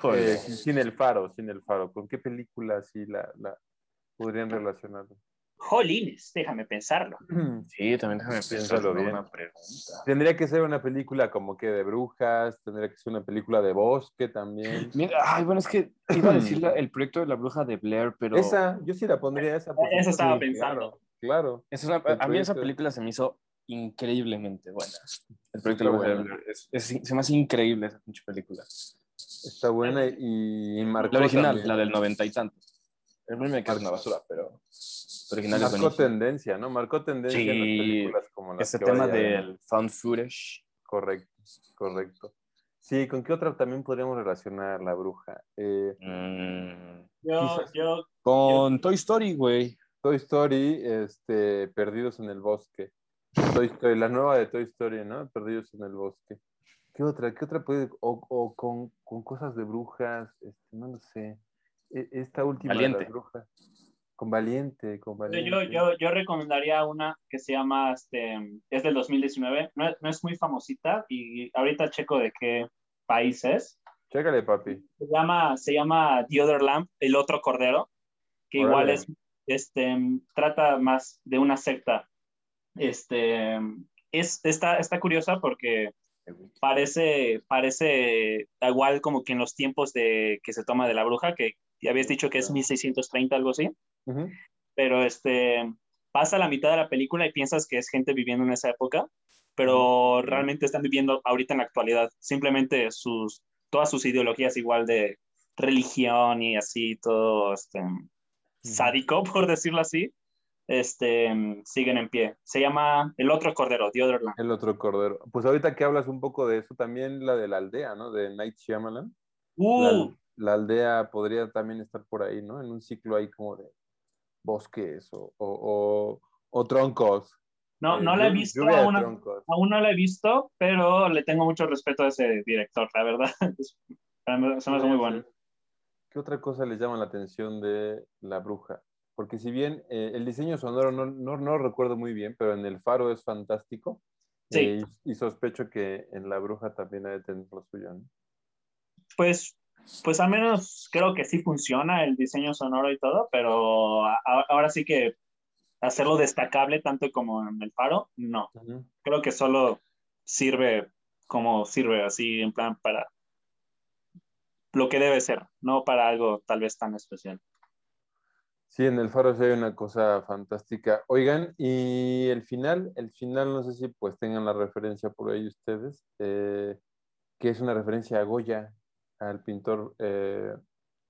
Speaker 2: Joder.
Speaker 1: sin, sin el faro, sin el faro. ¿Con qué película así la, la podrían relacionar?
Speaker 3: Jolines, déjame pensarlo.
Speaker 2: Sí, también déjame pensar
Speaker 1: Piénsalo bien.
Speaker 2: una pregunta.
Speaker 1: Tendría que ser una película como que de brujas, tendría que ser una película de bosque también.
Speaker 2: Mira, ay, bueno, es que iba a decir la- el proyecto de la bruja de Blair, pero.
Speaker 1: Esa, yo sí la pondría esa. por supuesto.
Speaker 3: Eso estaba
Speaker 1: Sí,
Speaker 3: pensando.
Speaker 1: Claro,
Speaker 2: Esa es una-
Speaker 1: El
Speaker 2: a mí esa
Speaker 1: proyecto.
Speaker 2: película se me hizo increíblemente buena. El
Speaker 1: Está
Speaker 2: proyecto de la bruja de
Speaker 1: buena.
Speaker 2: Blair. Es- es- se me hace increíble esa pinche película.
Speaker 1: está buena y, y marcó
Speaker 2: La original,
Speaker 1: también.
Speaker 2: la del noventa y tantos. El remake es una basura, pero la original es
Speaker 1: marcó
Speaker 2: buenísima.
Speaker 1: tendencia, ¿no? Marcó tendencia
Speaker 2: Sí,
Speaker 1: en las películas como las
Speaker 2: Ese
Speaker 1: que
Speaker 2: tema
Speaker 1: vaya a ver.
Speaker 2: del found footage.
Speaker 1: Correcto, correcto. Sí, ¿con qué otra también podríamos relacionar la bruja? Eh,
Speaker 2: mm,
Speaker 3: Yo,
Speaker 1: Quizás.
Speaker 3: yo,
Speaker 2: con Toy Story, güey.
Speaker 1: Toy Story, este, Perdidos en el Bosque. Toy Story, la nueva de Toy Story, ¿no? Perdidos en el Bosque. ¿Qué otra? ¿Qué otra puede? O, o con, con cosas de brujas, este, no lo sé. E- Esta última de
Speaker 2: Valiente.
Speaker 1: las brujas. Con Valiente, con Valiente.
Speaker 3: yo, yo, yo recomendaría una que se llama, este, es del 2019, no, es- no es muy famosita y ahorita checo de qué país es.
Speaker 1: Chécale, papi.
Speaker 3: Se llama, se llama The Other Lamb, El Otro Cordero, que igual
Speaker 1: Órale.
Speaker 3: es, este, trata más de una secta. Este, es, está, está curiosa porque parece, parece igual como que en los tiempos de, que se toma de la bruja, que ya habías dicho que es 1630, algo así,
Speaker 1: Ujú.
Speaker 3: pero este, pasa la mitad de la película y piensas que es gente viviendo en esa época, pero realmente están viviendo ahorita en la actualidad, simplemente sus, todas sus ideologías igual de religión y así, todo este, sádico, por decirlo así, este, siguen en pie. Se llama El Otro Cordero, The Other Lamb.
Speaker 1: El otro cordero. Pues ahorita que hablas un poco de eso, también la de la aldea, ¿no? De Night Shyamalan.
Speaker 3: ¡Uh!
Speaker 1: la, la aldea podría también estar por ahí, ¿no? En un ciclo ahí como de bosques o, o, o- o troncos.
Speaker 3: No,
Speaker 1: Eh,
Speaker 3: no la he
Speaker 1: llu-
Speaker 3: visto
Speaker 1: lluvia de
Speaker 3: aún,
Speaker 1: troncos.
Speaker 3: aún no la he visto, pero le tengo mucho respeto a ese director, la verdad. Es- para mí se me hace muy bueno.
Speaker 1: ¿Qué otra cosa les llama la atención de La Bruja? Porque si bien eh, el diseño sonoro no, no, no lo recuerdo muy bien, pero en El Faro es fantástico.
Speaker 3: Sí.
Speaker 1: Eh, y, y sospecho que en La Bruja también ha de tener lo suyo, ¿no?
Speaker 3: Pues pues al menos creo que sí funciona el diseño sonoro y todo, pero a- a- ahora sí que hacerlo destacable tanto como en el faro, no.
Speaker 1: Ujú.
Speaker 3: Creo que solo sirve como sirve, así en plan para lo que debe ser, no para algo tal vez tan especial.
Speaker 1: Sí, en el faro sí hay una cosa fantástica. Oigan, y el final, el final, no sé si pues tengan la referencia por ahí ustedes, eh, que es una referencia a Goya, al pintor eh,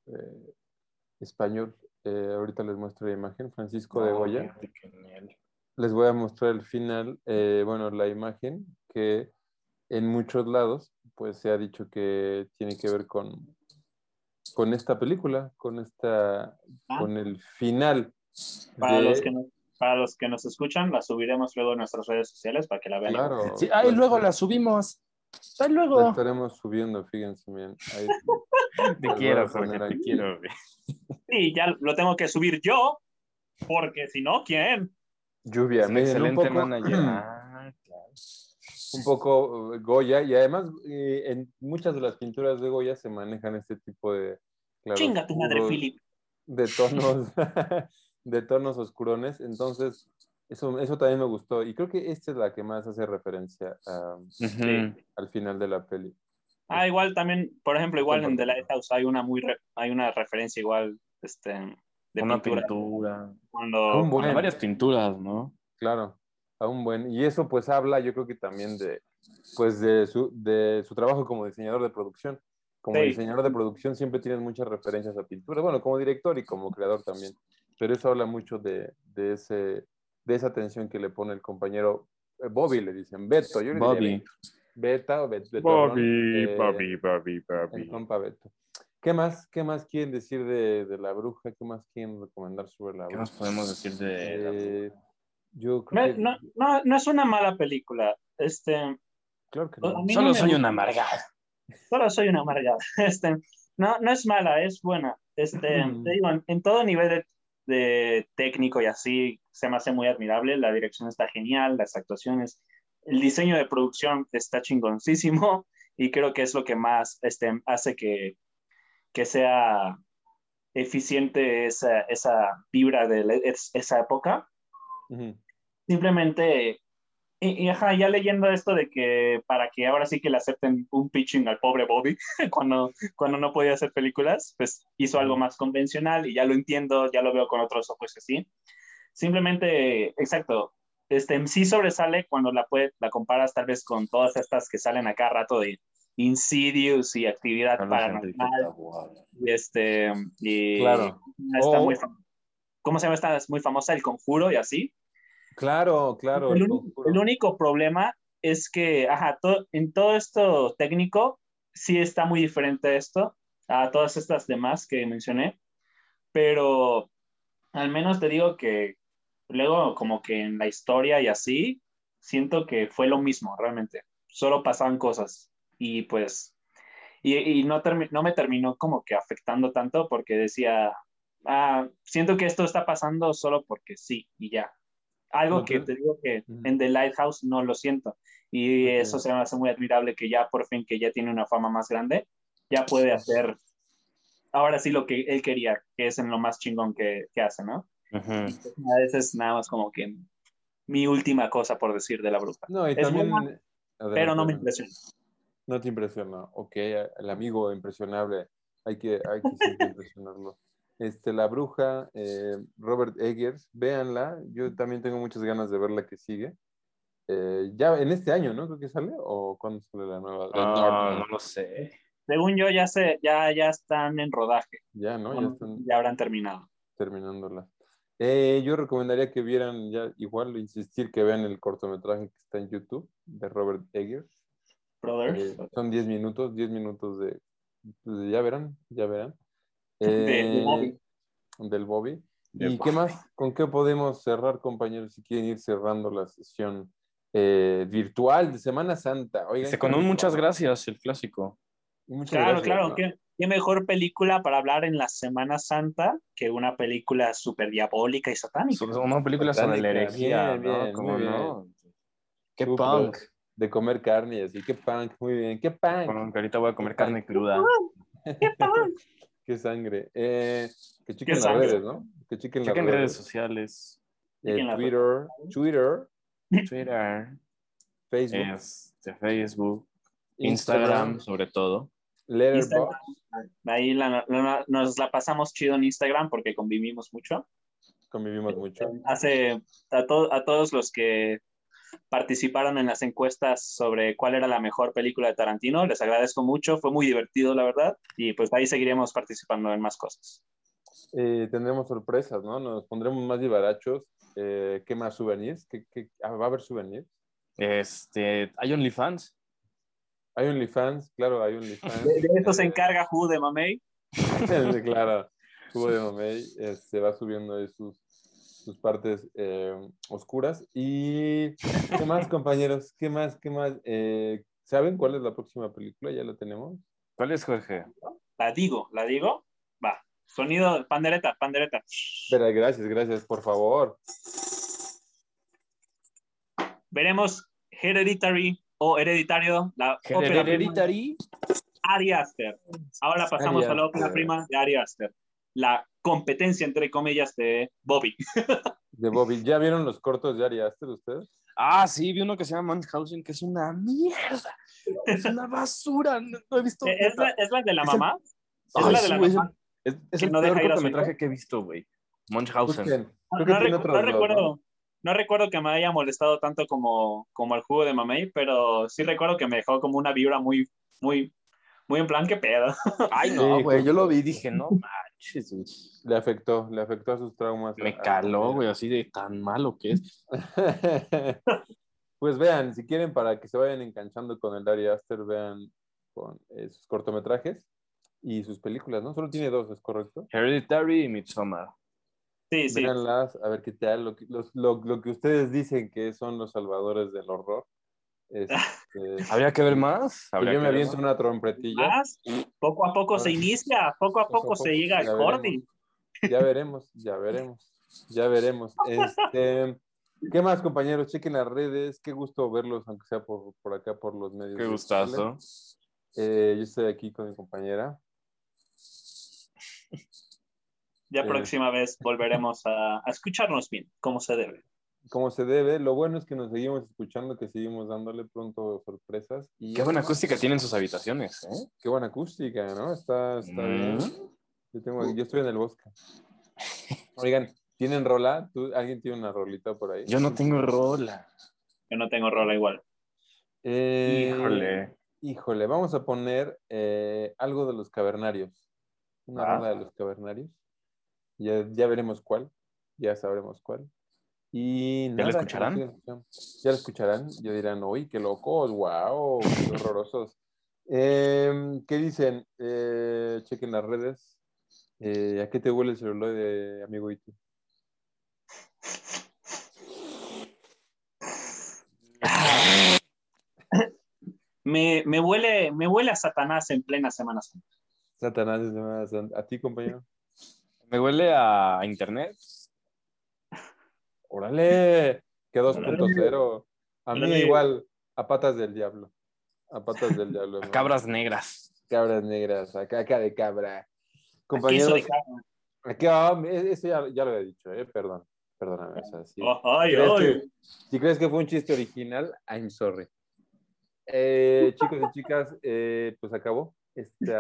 Speaker 1: eh, español. Eh, ahorita les muestro la imagen, Francisco
Speaker 2: Ah,
Speaker 1: de Goya. les voy a mostrar el final, eh, bueno, la imagen que en muchos lados, pues se ha dicho que tiene que ver con, con esta película, con esta,
Speaker 3: Ah.
Speaker 1: con el final.
Speaker 3: Para,
Speaker 1: de-
Speaker 3: los que no- para los que nos escuchan, la subiremos luego en nuestras redes sociales para que la vean.
Speaker 1: Claro.
Speaker 2: Sí, ahí
Speaker 1: pues,
Speaker 2: luego la subimos. Ahí
Speaker 1: la
Speaker 2: luego.
Speaker 1: estaremos subiendo, fíjense bien. Ahí-
Speaker 5: Te
Speaker 1: Los
Speaker 5: quiero,
Speaker 1: voy a
Speaker 5: Jorge,
Speaker 1: poner
Speaker 5: te
Speaker 1: aquí.
Speaker 5: quiero. güey.
Speaker 3: Sí, ya lo tengo que subir yo, porque si no, ¿quién?
Speaker 1: lluvia,
Speaker 5: Es un
Speaker 1: miren, un
Speaker 5: excelente
Speaker 1: poco,
Speaker 5: manager. Ah, claro.
Speaker 1: un poco eh, Goya, y además eh, en muchas de las pinturas de Goya se manejan este tipo de...
Speaker 3: Chinga tu madre,
Speaker 1: claroscuros,
Speaker 3: Philip.
Speaker 1: de tonos de tonos oscurones entonces eso, eso también me gustó y creo que esta es la que más hace referencia a-
Speaker 5: Ujú.
Speaker 1: al final de la peli
Speaker 3: Ah, igual también, por ejemplo, igual en The
Speaker 1: Compartido.
Speaker 3: Lighthouse hay una muy re- hay una referencia igual este, de
Speaker 5: Una
Speaker 3: pintura.
Speaker 5: pintura.
Speaker 3: Cuando,
Speaker 1: Un buen-
Speaker 5: Bueno, varias pinturas, ¿no?
Speaker 1: claro a un buen y eso pues habla yo creo que también de pues de su, de su trabajo como diseñador de producción como
Speaker 3: Sí.
Speaker 1: diseñador de producción siempre tienes muchas referencias a pintura bueno como director y como creador también pero eso habla mucho de, de ese de esa atención que le pone el compañero eh, Bobby le dicen Beto yo le diría
Speaker 5: Bobby.
Speaker 1: Beta o Bet- Betorrón,
Speaker 5: Bobby,
Speaker 1: eh,
Speaker 5: Bobby, Bobby,
Speaker 1: El
Speaker 5: Bobby.
Speaker 1: compa Beto. ¿Qué más, ¿Qué más quieren decir de, de la bruja? ¿Qué más quieren recomendar sobre la
Speaker 5: ¿Qué
Speaker 1: bruja?
Speaker 5: más podemos decir de la
Speaker 1: Eh, yo
Speaker 3: no,
Speaker 1: creo que,
Speaker 3: no, no, no es una mala película. Este, a
Speaker 1: claro que no.
Speaker 3: mí no
Speaker 5: Solo
Speaker 3: me
Speaker 5: soy
Speaker 3: gusta.
Speaker 5: una amargada.
Speaker 3: Solo soy una amargada. Este, no, no es mala, es buena. Este, te digo, en, en todo nivel de, de técnico y así, se me hace muy admirable. La dirección está genial, las actuaciones, el diseño de producción está chingoncísimo y creo que es lo que más este, hace que, que sea eficiente esa, esa vibra de la- es- esa época
Speaker 1: Ujú.
Speaker 3: simplemente, y, y, ajá, ya leyendo esto de que para que ahora sí que le acepten un pitching al pobre Bobby cuando, cuando no podía hacer películas, pues hizo algo más convencional y ya lo entiendo, ya lo veo con otros ojos así. Simplemente, exacto, este, sí sobresale cuando la, puede, la comparas tal vez con todas estas que salen acá rato de Insidious y actividad
Speaker 5: Carlos Enrique
Speaker 3: paranormal.
Speaker 5: Taboada.
Speaker 3: y Este, y
Speaker 1: Claro,
Speaker 3: está
Speaker 1: O-
Speaker 3: muy fam- ¿Cómo se llama? Esta es muy famosa, El Conjuro y así.
Speaker 1: claro, claro.
Speaker 3: El,
Speaker 1: el
Speaker 3: único-
Speaker 1: conjuro.
Speaker 3: el único problema es que, ajá, to- en todo esto técnico, sí está muy diferente esto a todas estas demás que mencioné, pero al menos te digo que luego como que en la historia y así, siento que fue lo mismo realmente, solo pasaban cosas y pues, y, y no, termi- no me terminó como que afectando tanto porque decía, ah, siento que esto está pasando solo porque sí y ya. Algo que
Speaker 1: Ujú.
Speaker 3: te digo que
Speaker 1: Ujú.
Speaker 3: en The Lighthouse no lo siento. Y
Speaker 1: Ok.
Speaker 3: eso se me hace muy admirable que ya por fin, que ya tiene una fama más grande, ya puede hacer ahora sí lo que él quería, que es en lo más chingón que, que hace, ¿no?
Speaker 5: Ujú.
Speaker 3: A veces nada más como que mi última cosa por decir de la bruja.
Speaker 1: No, y
Speaker 3: es
Speaker 1: también.
Speaker 3: buena,
Speaker 1: Adelante,
Speaker 3: Pero no
Speaker 1: adelante.
Speaker 3: me impresiona.
Speaker 1: No te impresiona. Ok, el amigo impresionable. Hay que, hay que siempre impresionarlo. Este, La Bruja, eh, Robert Eggers, véanla. Yo también tengo muchas ganas de ver la que sigue. Eh, ya en este año, ¿no? Creo que sale. ¿O cuándo sale la nueva? La
Speaker 5: Ah,
Speaker 1: Northman.
Speaker 5: no lo sé.
Speaker 3: Según yo ya sé, ya, ya están en rodaje,
Speaker 1: Ya, ¿no? Ya
Speaker 3: Bueno,
Speaker 1: están
Speaker 3: ya habrán terminado.
Speaker 1: terminándola. Eh, yo recomendaría que vieran, ya igual, insistir que vean el cortometraje que está en YouTube de Robert Eggers.
Speaker 3: Brothers.
Speaker 1: Eh, son 10 minutos, 10 minutos de, de- Ya verán, ya verán.
Speaker 3: de
Speaker 1: Eh,
Speaker 3: Bobby.
Speaker 1: Del Bobby.
Speaker 5: De
Speaker 1: ¿Y qué más? ¿Con qué podemos cerrar, compañeros, si quieren ir cerrando la sesión eh, virtual de Semana Santa? Oigan,
Speaker 5: Dice,
Speaker 1: qué
Speaker 5: con un
Speaker 1: rico,
Speaker 5: muchas
Speaker 1: ¿no?
Speaker 5: gracias, el clásico.
Speaker 1: Muchas
Speaker 3: Claro,
Speaker 1: gracias,
Speaker 3: claro.
Speaker 1: ¿no?
Speaker 3: ¿Qué, qué mejor película para hablar en la Semana Santa que una película súper diabólica y satánica.
Speaker 5: Sobre- Una película sobre la
Speaker 1: Satánica,
Speaker 5: herejía,
Speaker 1: bien,
Speaker 5: ¿no?
Speaker 1: bien,
Speaker 5: ¿Cómo
Speaker 1: muy bien.
Speaker 5: no? Qué
Speaker 1: Súper.
Speaker 5: punk.
Speaker 1: De comer carne y así, qué punk, muy bien, qué punk.
Speaker 5: Punk, Ahorita voy a comer carne cruda.
Speaker 1: Qué sangre. Eh, que chequen
Speaker 3: Qué
Speaker 1: las
Speaker 3: sangre.
Speaker 1: redes, ¿no? Que chequen las
Speaker 5: Chequen redes
Speaker 1: redes.
Speaker 5: sociales,
Speaker 1: Eh,
Speaker 3: Chequen las
Speaker 1: Twitter, Twitter,
Speaker 5: Twitter,
Speaker 1: Facebook,
Speaker 5: este, Facebook,
Speaker 1: Instagram,
Speaker 5: Instagram, sobre todo.
Speaker 1: Letterboxd.
Speaker 3: Ahí la- la- nos la pasamos chido en Instagram porque convivimos mucho.
Speaker 1: Convivimos mucho.
Speaker 3: Hace a, to- a todos los que participaron en las encuestas sobre cuál era la mejor película de Tarantino, les agradezco mucho, fue muy divertido, la verdad, y pues ahí seguiremos participando en más cosas.
Speaker 1: Eh, tendremos sorpresas, ¿no? Nos pondremos más divarachos. Eh, ¿Qué más souvenirs? ¿Qué, qué- ah, ¿Va a haber souvenirs?
Speaker 5: Este, hay OnlyFans.
Speaker 1: Hay OnlyFans, claro, hay OnlyFans.
Speaker 3: De, de esto se
Speaker 1: Eh,
Speaker 3: encarga Ju de Mamey.
Speaker 1: Sí, claro, Cubo de Mamey este, va subiendo ahí sus, sus partes eh, oscuras. ¿Y qué más, compañeros? ¿Qué más? ¿Qué más? Eh, ¿Saben cuál es la próxima película? ¿Ya la tenemos?
Speaker 5: ¿Cuál es, Jorge?
Speaker 3: La digo, la digo. Va. Sonido, pandereta, pandereta.
Speaker 1: Espera, gracias, gracias, por favor.
Speaker 3: Veremos Hereditary o Hereditario, la ópera prima de
Speaker 5: Hereditary.
Speaker 3: Ari Aster. Ahora pasamos
Speaker 1: Ari
Speaker 3: a la ópera
Speaker 1: Aster.
Speaker 3: prima de Ari Aster. La competencia, entre comillas, de Bobby.
Speaker 1: De Bobby. ¿Ya vieron los cortos de Ari Aster ustedes?
Speaker 5: Ah, sí, vi uno que se llama Munchausen, que es una mierda. Es una basura. No, no he visto.
Speaker 3: Eh, ¿Es la,
Speaker 5: neta.
Speaker 3: es la de la
Speaker 5: Es el-
Speaker 3: mamá? ¿Es
Speaker 5: Ay,
Speaker 3: la de
Speaker 5: sí,
Speaker 3: la
Speaker 5: güey, es
Speaker 3: mamá?
Speaker 5: el- es- es
Speaker 3: que
Speaker 5: el
Speaker 3: no deja
Speaker 5: peor
Speaker 3: ir a su
Speaker 5: cortometraje que he visto, güey. Munchausen.
Speaker 1: Busquen.
Speaker 3: No,
Speaker 1: Creo que
Speaker 3: no
Speaker 1: tiene
Speaker 3: recu-
Speaker 1: otros
Speaker 3: no
Speaker 1: dos,
Speaker 3: recuerdo.
Speaker 1: ¿no?
Speaker 3: no recuerdo que me haya molestado tanto como, como el jugo de mamey, pero sí recuerdo que me dejó como una vibra muy, muy, muy en plan, qué pedo.
Speaker 5: Ay,
Speaker 1: Sí,
Speaker 5: no, güey.
Speaker 1: justo.
Speaker 5: Yo lo vi y dije, no manches, güey.
Speaker 1: Le afectó, le afectó a sus traumas.
Speaker 5: Me
Speaker 1: A-
Speaker 5: caló, güey, así de tan malo que es.
Speaker 1: pues vean, si quieren, para que se vayan enganchando con el Ari Aster, vean con eh, sus cortometrajes y sus películas, ¿no? Solo tiene dos, ¿es correcto?
Speaker 5: Hereditary y Midsommar.
Speaker 3: Sí, sí.
Speaker 1: Véanlas, a ver qué tal, lo que, los- lo, lo que ustedes dicen que son los salvadores del horror. Este,
Speaker 5: ¿Habría que ver más?
Speaker 1: pues
Speaker 5: ¿Habría
Speaker 1: yo
Speaker 5: que
Speaker 1: me
Speaker 5: ver
Speaker 1: aviento
Speaker 5: más?
Speaker 1: una trompetilla.
Speaker 3: Más, poco a poco se
Speaker 1: Ahora sí.
Speaker 3: inicia, poco a
Speaker 1: Poco a
Speaker 3: poco
Speaker 1: poco,
Speaker 3: se llega al
Speaker 1: ya
Speaker 3: corte.
Speaker 1: Ya veremos, ya veremos, ya veremos. Este, ¿Qué más, compañeros? Chequen las redes. Qué gusto verlos, aunque sea por, por acá, por los medios.
Speaker 5: Qué
Speaker 1: digitales.
Speaker 5: gustazo.
Speaker 1: Eh, yo estoy aquí con mi compañera.
Speaker 3: Ya
Speaker 1: Sí.
Speaker 3: próxima vez volveremos a, a escucharnos bien, como se debe.
Speaker 1: Como se debe, lo bueno es que nos seguimos escuchando, que seguimos dándole pronto sorpresas. Y
Speaker 5: Qué buena acústica tienen sus habitaciones, ¿eh?
Speaker 1: Qué buena acústica, ¿no? Está, está bien.
Speaker 5: Mm.
Speaker 1: Yo, tengo- yo estoy en el bosque. Oigan, ¿tienen rola? ¿Tú- ¿Alguien tiene una rolita por ahí?
Speaker 5: Yo no tengo rola.
Speaker 3: Yo no tengo rola igual.
Speaker 1: Eh,
Speaker 5: Híjole.
Speaker 1: Híjole, vamos a poner eh, algo de los cavernarios. Una
Speaker 5: Ah.
Speaker 1: rola de los cavernarios. Ya, ya veremos cuál. Ya sabremos cuál. Y
Speaker 5: ¿Ya la
Speaker 1: nada, que
Speaker 5: escucharán?
Speaker 1: nos sigan escuchando. Ya la escucharán. Ya dirán, uy, qué locos, wow, qué horrorosos. Em, ¿Qué dicen? Eh, chequen las redes. Eh, ¿A qué te huele el celuloide, amigo Iti?
Speaker 3: Me, me, huele, me huele a Satanás en plena Semana Santa.
Speaker 1: Satanás de Semana Santa. ¿A ti, compañero?
Speaker 5: Me huele a internet.
Speaker 1: ¡Órale! ¡Qué
Speaker 5: Órale.
Speaker 1: 2.0! A mí
Speaker 3: Órale.
Speaker 1: igual, a patas del diablo. A patas del diablo.
Speaker 5: A
Speaker 1: ¿no?
Speaker 5: cabras negras.
Speaker 1: Cabras negras, a caca de cabra.
Speaker 3: Queso
Speaker 1: Compañeros,
Speaker 3: de carne.
Speaker 1: aquí, ah, eh, eso ya, ya lo había dicho, ¿eh? Perdón, perdóname. o sea, sí.
Speaker 3: Oh, ay,
Speaker 1: ¿Crees
Speaker 3: ay.
Speaker 1: que- si crees que fue un chiste original, I'm sorry. Eh, chicos y chicas, eh, pues acabó este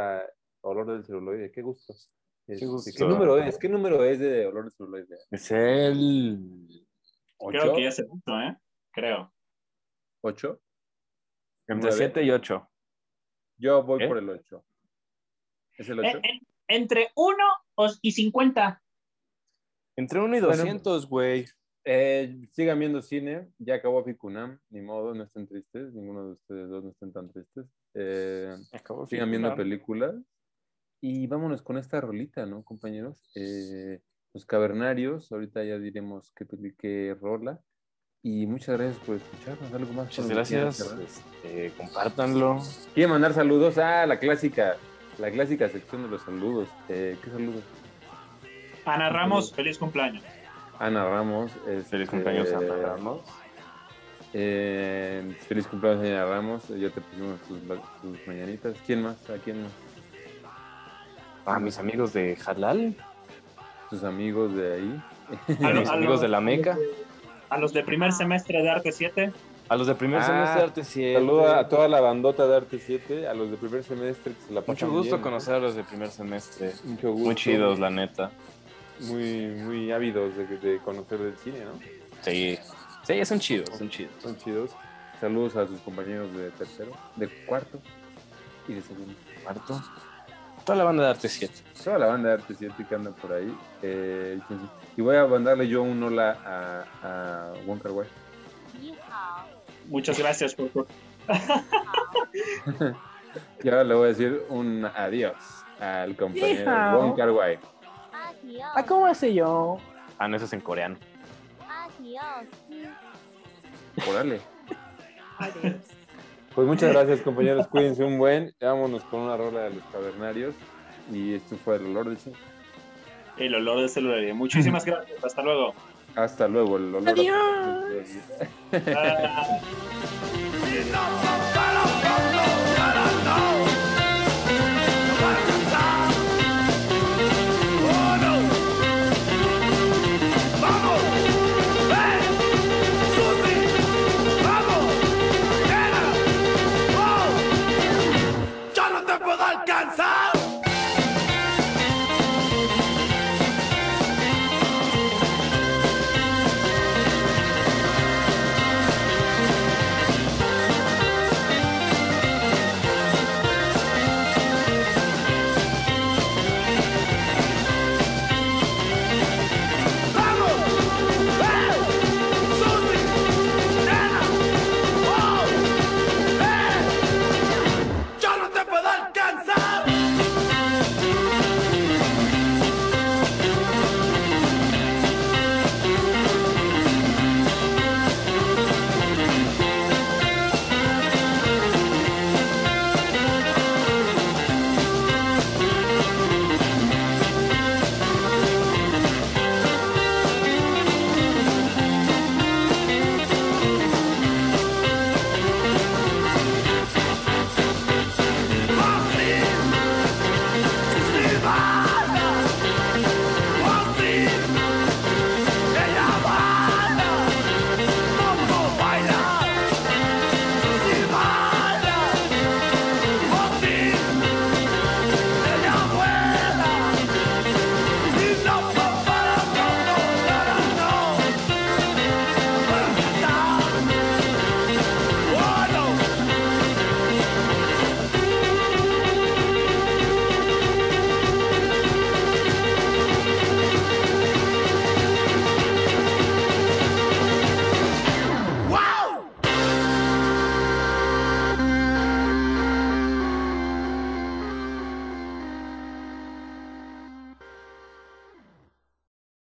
Speaker 1: olor del celuloide. Qué gusto. Este, ¿Qué,
Speaker 5: gusto.
Speaker 1: número es? ¿Qué número es de olor del celuloide?
Speaker 5: Es el.
Speaker 3: Creo
Speaker 5: ¿Ocho?
Speaker 3: que ya se puso, ¿eh? Creo.
Speaker 1: ¿Ocho?
Speaker 5: Entre
Speaker 1: nueve.
Speaker 5: 7 y 8.
Speaker 1: Yo voy
Speaker 5: ¿Eh?
Speaker 1: por el 8. ¿Es el 8?
Speaker 3: Eh, en- entre 1 y 50.
Speaker 5: Entre 1 y
Speaker 1: Bueno.
Speaker 5: 200, güey.
Speaker 1: Eh, sigan viendo cine, ya acabó Ficunam, ni modo, no estén tristes, ninguno de ustedes dos no estén tan tristes. Eh,
Speaker 5: Acabo
Speaker 1: sigan viendo
Speaker 5: Ficunam.
Speaker 1: películas y vámonos con esta rolita, ¿no, compañeros? Eh, los cavernarios, ahorita ya diremos qué, peli- qué rola. Y muchas gracias por escucharnos, algo más.
Speaker 5: Muchas
Speaker 1: por lo que quieran
Speaker 5: gracias.
Speaker 1: cerrar?
Speaker 5: Este, compártanlo.
Speaker 1: Quieren mandar saludos ah, la clásica, la clásica sección de los saludos. Eh, ¿Qué saludos?
Speaker 3: Ana Ramos, feliz cumpleaños.
Speaker 1: Ana Ramos.
Speaker 5: Feliz
Speaker 1: este,
Speaker 5: cumpleaños a Ana Ramos.
Speaker 1: Eh, feliz cumpleaños, señora Ramos. Ya te pusimos tus, tus mañanitas. ¿Quién más? ¿A quién más?
Speaker 2: a mis amigos de Jalal,
Speaker 1: Tus amigos de ahí.
Speaker 2: a mis amigos de la Meca,
Speaker 3: A los de primer semestre de Arte 7.
Speaker 2: a los de primer
Speaker 1: Ah,
Speaker 2: semestre de Arte 7.
Speaker 1: Saluda a toda la bandota de Arte 7, a los de primer semestre que se la
Speaker 2: Mucho
Speaker 1: pasan
Speaker 2: gusto
Speaker 1: bien.
Speaker 2: conocer a los de primer semestre.
Speaker 1: Mucho gusto.
Speaker 2: Muy chidos, la neta.
Speaker 1: Muy, muy ávidos de, de conocer del cine, ¿no?
Speaker 2: Sí. Sí, son chidos, son chidos.
Speaker 1: Son chidos. Saludos a sus compañeros de tercero, de cuarto y de segundo.
Speaker 2: Marto. Toda la banda de Arte 7.
Speaker 1: Toda la banda de Arte 7 que anda por ahí. eh, entonces- y voy a mandarle yo un hola a, a Wonka Wai.
Speaker 3: Muchas gracias por tu-
Speaker 1: Y ahora le voy a decir un adiós al compañero
Speaker 6: Yeehaw.
Speaker 1: Wong Kar Wai.
Speaker 6: Ah, ¿cómo hace yo?
Speaker 2: Ah, no, eso es en coreano.
Speaker 1: Órale.
Speaker 6: Adiós.
Speaker 1: Pues muchas gracias, compañeros. Cuídense un buen. Vámonos con una rola de los cavernarios. Y esto fue el olor de cine.
Speaker 3: el olor del celular. Muchísimas gracias. Hasta luego.
Speaker 1: Hasta luego, el olor. a-
Speaker 6: Adiós.
Speaker 3: Bye.
Speaker 7: no, no, no, no, no, no.